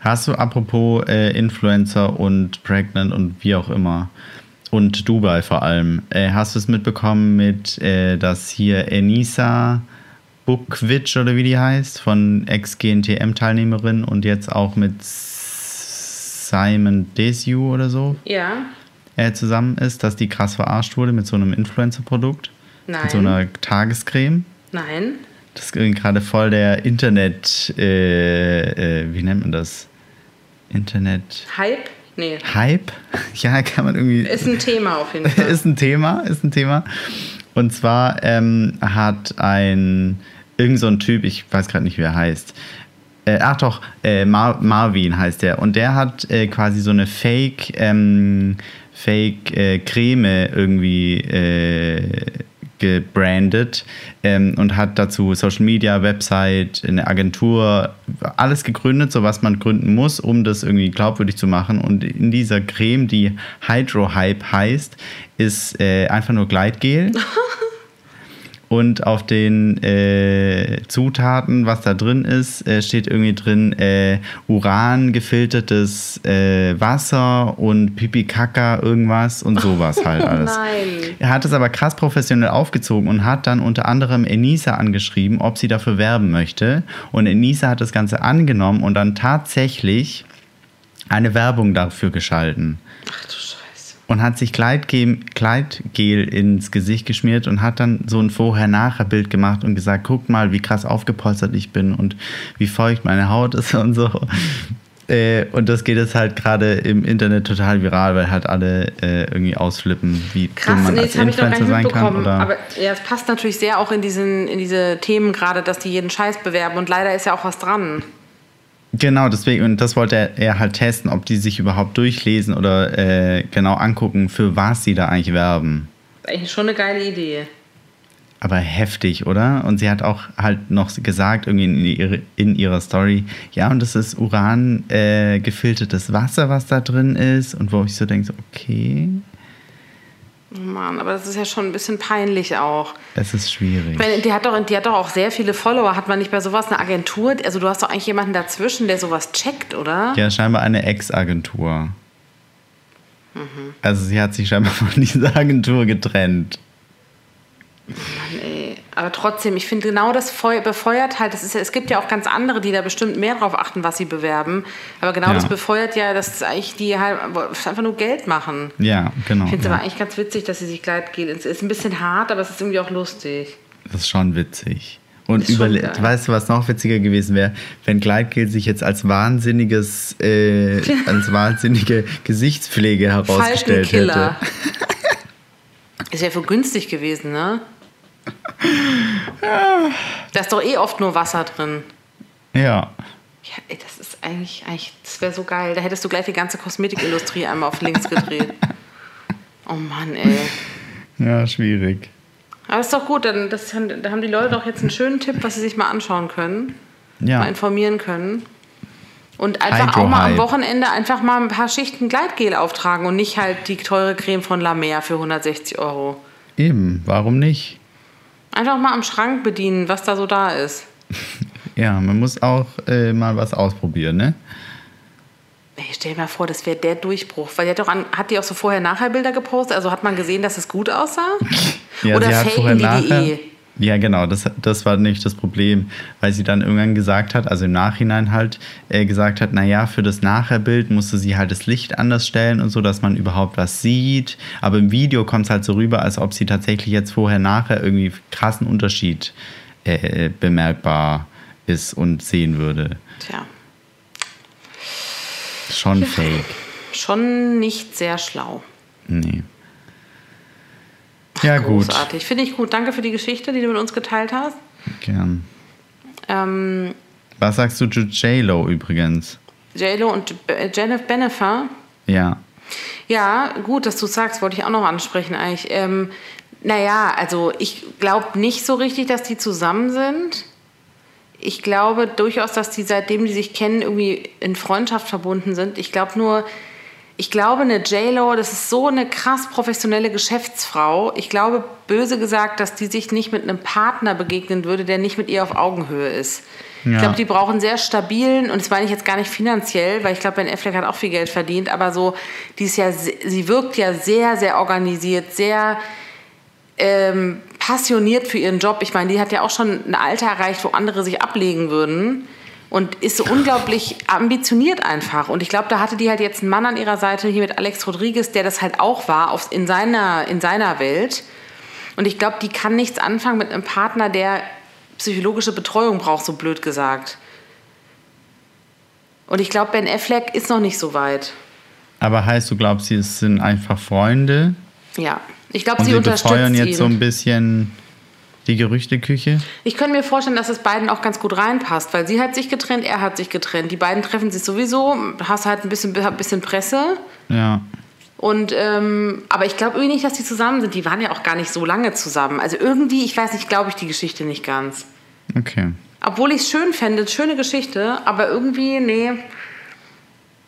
[SPEAKER 3] Hast du apropos äh, Influencer und Pregnant und wie auch immer und Dubai vor allem, äh, hast du es mitbekommen mit, äh, dass hier Enisa Bukwitsch oder wie die heißt, von Ex-GNTM-Teilnehmerin und jetzt auch mit Simon Desu oder so
[SPEAKER 2] Ja,
[SPEAKER 3] äh, zusammen ist, dass die krass verarscht wurde mit so einem Influencer-Produkt, mit so
[SPEAKER 2] Nein.
[SPEAKER 3] einer Tagescreme.
[SPEAKER 2] nein.
[SPEAKER 3] Das ist gerade voll der Internet, äh, äh, wie nennt man das? Internet
[SPEAKER 2] Hype? Nee.
[SPEAKER 3] Hype? [LAUGHS] Ja, kann man irgendwie.
[SPEAKER 2] Ist
[SPEAKER 3] [LAUGHS]
[SPEAKER 2] ein Thema auf jeden Fall.
[SPEAKER 3] ist ein Thema, ist ein Thema. Und zwar ähm, hat ein irgend so ein Typ, ich weiß gerade nicht, wie er heißt. Äh, ach doch, äh, Mar Marvin heißt der. Und der hat äh, quasi so eine Fake, ähm, Fake äh, Creme irgendwie äh, gebrandet ähm, und hat dazu Social Media, Website, eine Agentur, alles gegründet, so was man gründen muss, um das irgendwie glaubwürdig zu machen. Und in dieser Creme, die Hydro Hype heißt, ist äh, einfach nur Gleitgel. Und auf den äh, Zutaten, was da drin ist, äh, steht irgendwie drin äh, Uran, gefiltertes äh, Wasser und Pipi-Kaka, irgendwas und sowas halt alles.
[SPEAKER 2] Nein.
[SPEAKER 3] Er hat es aber krass professionell aufgezogen und hat dann unter anderem Enisa angeschrieben, ob sie dafür werben möchte. Und Enisa hat das Ganze angenommen und dann tatsächlich eine Werbung dafür geschalten
[SPEAKER 2] Ach du Scheiße.
[SPEAKER 3] und hat sich Gleitgel, Gleitgel ins Gesicht geschmiert und hat dann so ein Vorher-Nachher-Bild gemacht und gesagt, guck mal, wie krass aufgepolstert ich bin und wie feucht meine Haut ist und so. Äh, Und das geht jetzt halt gerade im Internet total viral, weil halt alle äh, irgendwie ausflippen, wie
[SPEAKER 2] Krass,
[SPEAKER 3] dumm man
[SPEAKER 2] nee,
[SPEAKER 3] als
[SPEAKER 2] das habe ich noch gar
[SPEAKER 3] Influencer
[SPEAKER 2] nicht
[SPEAKER 3] sein kann.
[SPEAKER 2] mitbekommen.
[SPEAKER 3] Oder
[SPEAKER 2] Aber ja, es passt natürlich sehr auch in, diesen, in diese Themen gerade, dass die jeden Scheiß bewerben. Und leider ist ja auch was dran.
[SPEAKER 3] Genau, deswegen, und das wollte er, er halt testen, ob die sich überhaupt durchlesen oder äh, genau angucken, für was sie da eigentlich werben.
[SPEAKER 2] Eigentlich schon eine geile Idee.
[SPEAKER 3] Aber heftig, oder? Und sie hat auch halt noch gesagt, irgendwie in, ihre, in ihrer Story, ja, und das ist Uran äh, gefiltertes Wasser, was da drin ist. Und wo ich so denke, so, okay,
[SPEAKER 2] Oh Mann, aber das ist ja schon ein bisschen peinlich auch.
[SPEAKER 3] es ist schwierig.
[SPEAKER 2] Ich meine, die hat, doch, die hat doch auch sehr viele Follower. Hat man nicht bei sowas eine Agentur? Also du hast doch eigentlich jemanden dazwischen, der sowas checkt, oder?
[SPEAKER 3] Ja, scheinbar eine Ex-Agentur.
[SPEAKER 2] Mhm.
[SPEAKER 3] Also sie hat sich scheinbar [LAUGHS] von dieser Agentur getrennt.
[SPEAKER 2] Ey, aber trotzdem, ich finde genau das Feu befeuert halt, das ist, ja- es gibt ja auch ganz andere, die da bestimmt mehr drauf achten, was sie bewerben. Aber genau
[SPEAKER 3] Ja.
[SPEAKER 2] das befeuert ja, dass eigentlich die halt einfach nur Geld machen.
[SPEAKER 3] Ja, genau.
[SPEAKER 2] Ich finde es
[SPEAKER 3] ja.
[SPEAKER 2] aber eigentlich ganz witzig, dass sie sich Gleitgel ins. Ist ein bisschen hart, aber es ist irgendwie auch lustig.
[SPEAKER 3] Das ist schon witzig. Und
[SPEAKER 2] Ist schon
[SPEAKER 3] überle-
[SPEAKER 2] geil.
[SPEAKER 3] weißt du, was noch witziger gewesen wäre, wenn Gleitgel sich jetzt als wahnsinniges, äh, als wahnsinnige Gesichtspflege herausgestellt hätte.
[SPEAKER 2] Faltenkiller. [LAUGHS] ist ja für günstig gewesen, ne? Da ist doch eh oft nur Wasser drin.
[SPEAKER 3] Ja.
[SPEAKER 2] Ja, ey, das ist eigentlich, eigentlich das wäre so geil. Da hättest du gleich die ganze Kosmetikindustrie einmal auf links gedreht. Oh Mann, ey.
[SPEAKER 3] Ja, schwierig.
[SPEAKER 2] Aber ist doch gut, dann das, haben- da haben die Leute doch jetzt einen schönen Tipp, was sie sich mal anschauen können, mal
[SPEAKER 3] Ja.
[SPEAKER 2] informieren können. Und einfach auch
[SPEAKER 3] Hydro
[SPEAKER 2] mal am
[SPEAKER 3] Hype.
[SPEAKER 2] Wochenende einfach mal ein paar Schichten Gleitgel auftragen und nicht halt die teure Creme von La Mer für 160 Euro.
[SPEAKER 3] Eben, warum nicht?
[SPEAKER 2] Einfach mal am Schrank bedienen, was da so da ist.
[SPEAKER 3] Ja, man muss auch äh, mal was ausprobieren, ne?
[SPEAKER 2] Ey, stell dir mal vor, das wäre der Durchbruch. Weil die hat, doch an, hat die auch so vorher-nachher-Bilder gepostet? Also hat man gesehen, dass es gut aussah?
[SPEAKER 3] [LAUGHS] Ja,
[SPEAKER 2] Oder faken die die eh?
[SPEAKER 3] Ja, genau, das, das war nicht das Problem, weil sie dann irgendwann gesagt hat, also im Nachhinein halt äh, gesagt hat, naja, für das Nachherbild musste sie halt das Licht anders stellen und so, dass man überhaupt was sieht. Aber im Video kommt es halt so rüber, als ob sie tatsächlich jetzt vorher, nachher irgendwie krassen Unterschied äh, bemerkbar ist und sehen würde.
[SPEAKER 2] Tja,
[SPEAKER 3] Schon
[SPEAKER 2] [LAUGHS]
[SPEAKER 3] fake.
[SPEAKER 2] schon nicht sehr schlau.
[SPEAKER 3] Nee. Ja, gut.
[SPEAKER 2] Großartig. Finde ich gut. Danke für die Geschichte, die du mit uns geteilt hast.
[SPEAKER 3] Gern.
[SPEAKER 2] Ähm,
[SPEAKER 3] Was sagst du zu J-Lo übrigens?
[SPEAKER 2] JLo und äh, Jennifer Benefer.
[SPEAKER 3] Ja.
[SPEAKER 2] Ja, gut, dass du sagst, wollte ich auch noch ansprechen eigentlich. Ähm, naja, also ich glaube nicht so richtig, dass die zusammen sind. Ich glaube durchaus, dass die seitdem die sich kennen, irgendwie in Freundschaft verbunden sind. Ich glaube nur, ich glaube, eine J-Lo, das ist so eine krass professionelle Geschäftsfrau. Ich glaube, böse gesagt, dass die sich nicht mit einem Partner begegnen würde, der nicht mit ihr auf Augenhöhe ist. Ich
[SPEAKER 3] Ja.
[SPEAKER 2] glaube, die brauchen sehr stabilen, und das meine ich jetzt gar nicht finanziell, weil ich glaube, Ben Affleck hat auch viel Geld verdient, aber so, die ist ja, se- sie wirkt ja sehr, sehr organisiert, sehr ähm, passioniert für ihren Job. Ich meine, die hat ja auch schon ein Alter erreicht, wo andere sich ablegen würden. Und ist so unglaublich ambitioniert einfach. Und ich glaube, da hatte die halt jetzt einen Mann an ihrer Seite, hier mit Alex Rodriguez, der das halt auch war, auf, in, seiner, in seiner Welt. Und ich glaube, die kann nichts anfangen mit einem Partner, der psychologische Betreuung braucht, so blöd gesagt. Und ich glaube, Ben Affleck ist noch nicht so weit.
[SPEAKER 3] Aber heißt, du glaubst, sie sind einfach Freunde
[SPEAKER 2] Ja. Ich glaube,
[SPEAKER 3] und
[SPEAKER 2] sie,
[SPEAKER 3] sie
[SPEAKER 2] unterstützt
[SPEAKER 3] befeuern jetzt
[SPEAKER 2] ihn.
[SPEAKER 3] so ein bisschen die Gerüchteküche?
[SPEAKER 2] Ich könnte mir vorstellen, dass es beiden auch ganz gut reinpasst, weil sie hat sich getrennt, er hat sich getrennt. Die beiden treffen sich sowieso, hast halt ein bisschen, ein bisschen Presse.
[SPEAKER 3] Ja.
[SPEAKER 2] Und ähm, aber ich glaube irgendwie nicht, dass die zusammen sind. Die waren ja auch gar nicht so lange zusammen. Also irgendwie, ich weiß nicht, glaube ich die Geschichte nicht ganz.
[SPEAKER 3] Okay.
[SPEAKER 2] Obwohl ich es schön fände, schöne Geschichte, aber irgendwie, nee.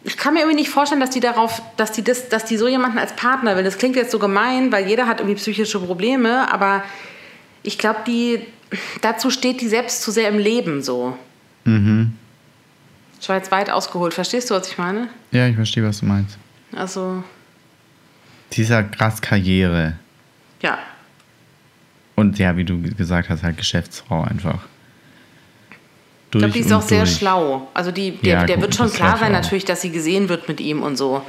[SPEAKER 2] Ich kann mir irgendwie nicht vorstellen, dass die darauf, dass die, das, dass die so jemanden als Partner will. Das klingt jetzt so gemein, weil jeder hat irgendwie psychische Probleme, aber ich glaube, die dazu steht die selbst zu sehr im Leben so. Mhm. Ich war jetzt weit ausgeholt. Verstehst du, was ich meine?
[SPEAKER 3] Ja, ich verstehe, was du meinst.
[SPEAKER 2] Also,
[SPEAKER 3] Dieser krass Karriere.
[SPEAKER 2] ja.
[SPEAKER 3] Und ja, wie du gesagt hast, halt Geschäftsfrau einfach.
[SPEAKER 2] Ich
[SPEAKER 3] Durch
[SPEAKER 2] glaube, die ist auch
[SPEAKER 3] und
[SPEAKER 2] sehr
[SPEAKER 3] durch.
[SPEAKER 2] schlau. Also die, der,
[SPEAKER 3] Ja,
[SPEAKER 2] der
[SPEAKER 3] gut,
[SPEAKER 2] wird schon
[SPEAKER 3] das
[SPEAKER 2] klar
[SPEAKER 3] glaub ich
[SPEAKER 2] sein
[SPEAKER 3] auch.
[SPEAKER 2] natürlich, dass sie gesehen wird mit ihm und so.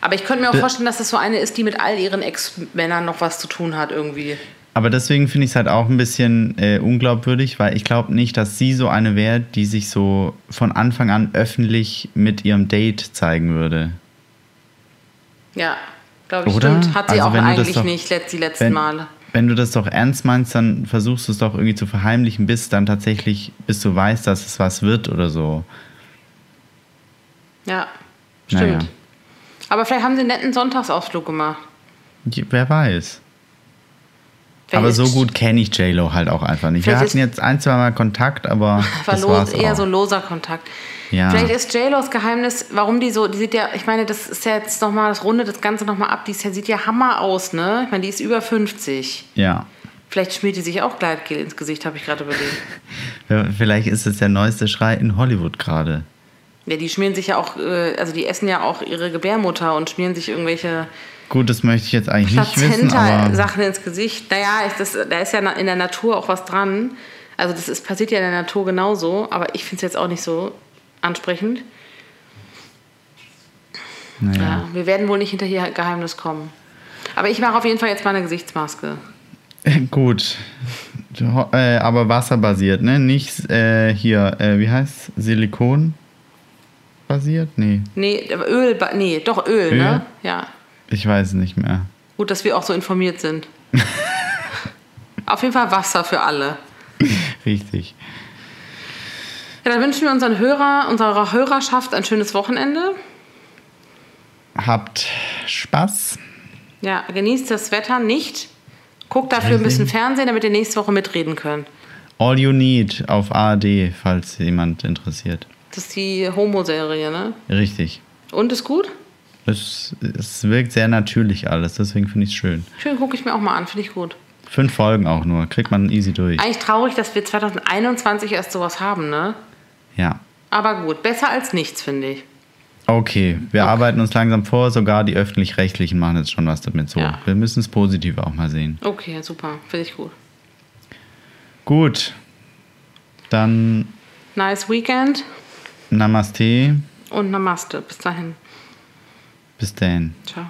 [SPEAKER 2] Aber ich könnte mir auch
[SPEAKER 3] Da-
[SPEAKER 2] vorstellen, dass das so eine ist, die mit all ihren Ex-Männern noch was zu tun hat irgendwie.
[SPEAKER 3] Aber deswegen finde ich es halt auch ein bisschen äh, unglaubwürdig, weil ich glaube nicht, dass sie so eine wäre, die sich so von Anfang an öffentlich mit ihrem Date zeigen würde.
[SPEAKER 2] Ja, glaube ich,
[SPEAKER 3] Oder?
[SPEAKER 2] stimmt. Hat sie
[SPEAKER 3] Also
[SPEAKER 2] auch
[SPEAKER 3] wenn du das
[SPEAKER 2] eigentlich
[SPEAKER 3] doch-
[SPEAKER 2] nicht letzt, die letzten
[SPEAKER 3] Wenn,
[SPEAKER 2] Male.
[SPEAKER 3] wenn du das doch ernst meinst, dann versuchst du es doch irgendwie zu verheimlichen, bis dann tatsächlich, bis du weißt, dass es was wird oder so.
[SPEAKER 2] Ja, stimmt.
[SPEAKER 3] Naja.
[SPEAKER 2] Aber vielleicht haben sie einen netten Sonntagsausflug gemacht.
[SPEAKER 3] Je- Wer weiß.
[SPEAKER 2] Vielleicht
[SPEAKER 3] aber
[SPEAKER 2] ist-
[SPEAKER 3] so gut kenne ich J-Lo halt auch einfach nicht. Wir
[SPEAKER 2] Vielleicht
[SPEAKER 3] hatten jetzt ein, zwei Mal Kontakt,
[SPEAKER 2] [LAUGHS] [LAUGHS]
[SPEAKER 3] aber
[SPEAKER 2] War
[SPEAKER 3] das
[SPEAKER 2] los,
[SPEAKER 3] war's
[SPEAKER 2] eher
[SPEAKER 3] auch.
[SPEAKER 2] so ein loser Kontakt.
[SPEAKER 3] Ja.
[SPEAKER 2] Vielleicht ist JLo's Geheimnis, warum die so, die sieht ja, ich meine, das ist ja jetzt nochmal, das rundet das Ganze nochmal ab. Die ist ja, sieht ja Hammer aus, ne? Ich meine, die ist über 50.
[SPEAKER 3] ja.
[SPEAKER 2] Vielleicht schmiert die sich auch Gleitgel ins Gesicht, habe ich gerade überlegt.
[SPEAKER 3] Ja, Vielleicht ist es der neueste Schrei in Hollywood gerade.
[SPEAKER 2] Ja, die schmieren sich ja auch, äh, also die essen ja auch ihre Gebärmutter und schmieren sich irgendwelche
[SPEAKER 3] Gut, das möchte ich jetzt eigentlich nicht wissen, aber
[SPEAKER 2] Plazenta-Sachen ins Gesicht. Naja, ist das, da ist ja na- in der Natur auch was dran. Also das ist, passiert ja in der Natur genauso, aber ich finde es jetzt auch nicht so ansprechend.
[SPEAKER 3] naja.
[SPEAKER 2] Ja, wir werden wohl nicht hinter ihr Geheimnis kommen. Aber ich mache auf jeden Fall jetzt mal eine Gesichtsmaske.
[SPEAKER 3] [LAUGHS] Gut. Ho- Äh, aber wasserbasiert, ne? Nicht äh, hier, äh, wie heißt Silikon basiert? Nee,
[SPEAKER 2] Nee, aber Öl, ba- nee, doch Öl, Öl, ne? Ja.
[SPEAKER 3] ich weiß nicht mehr. [LAUGHS]
[SPEAKER 2] Gut, dass wir auch so informiert sind. auf jeden Fall Wasser für alle.
[SPEAKER 3] Richtig.
[SPEAKER 2] Ja, dann wünschen wir unseren Hörer, unserer Hörerschaft ein schönes Wochenende.
[SPEAKER 3] Habt Spaß.
[SPEAKER 2] Ja, genießt das Wetter nicht. Guckt dafür ein bisschen Fernsehen, damit ihr nächste Woche mitreden könnt.
[SPEAKER 3] All you need auf ARD, falls jemand interessiert.
[SPEAKER 2] Das ist die Homo-Serie, ne?
[SPEAKER 3] Richtig.
[SPEAKER 2] Und ist gut?
[SPEAKER 3] Es, es wirkt sehr natürlich alles, deswegen finde ich es schön.
[SPEAKER 2] Schön, gucke ich mir auch mal an, finde ich gut.
[SPEAKER 3] Fünf Folgen auch nur, kriegt man easy durch.
[SPEAKER 2] Eigentlich traurig, dass wir 2021 erst sowas haben, ne?
[SPEAKER 3] Ja.
[SPEAKER 2] Aber gut, besser als nichts, finde ich.
[SPEAKER 3] Okay, wir arbeiten uns langsam vor, sogar die öffentlich-rechtlichen machen jetzt schon was damit so.
[SPEAKER 2] Ja.
[SPEAKER 3] Wir müssen es positiv auch mal sehen.
[SPEAKER 2] Okay, super, finde ich gut.
[SPEAKER 3] Gut, dann
[SPEAKER 2] Nice Weekend
[SPEAKER 3] Namaste,
[SPEAKER 2] und Namaste. Bis dahin.
[SPEAKER 3] bis dahin.
[SPEAKER 2] Ciao.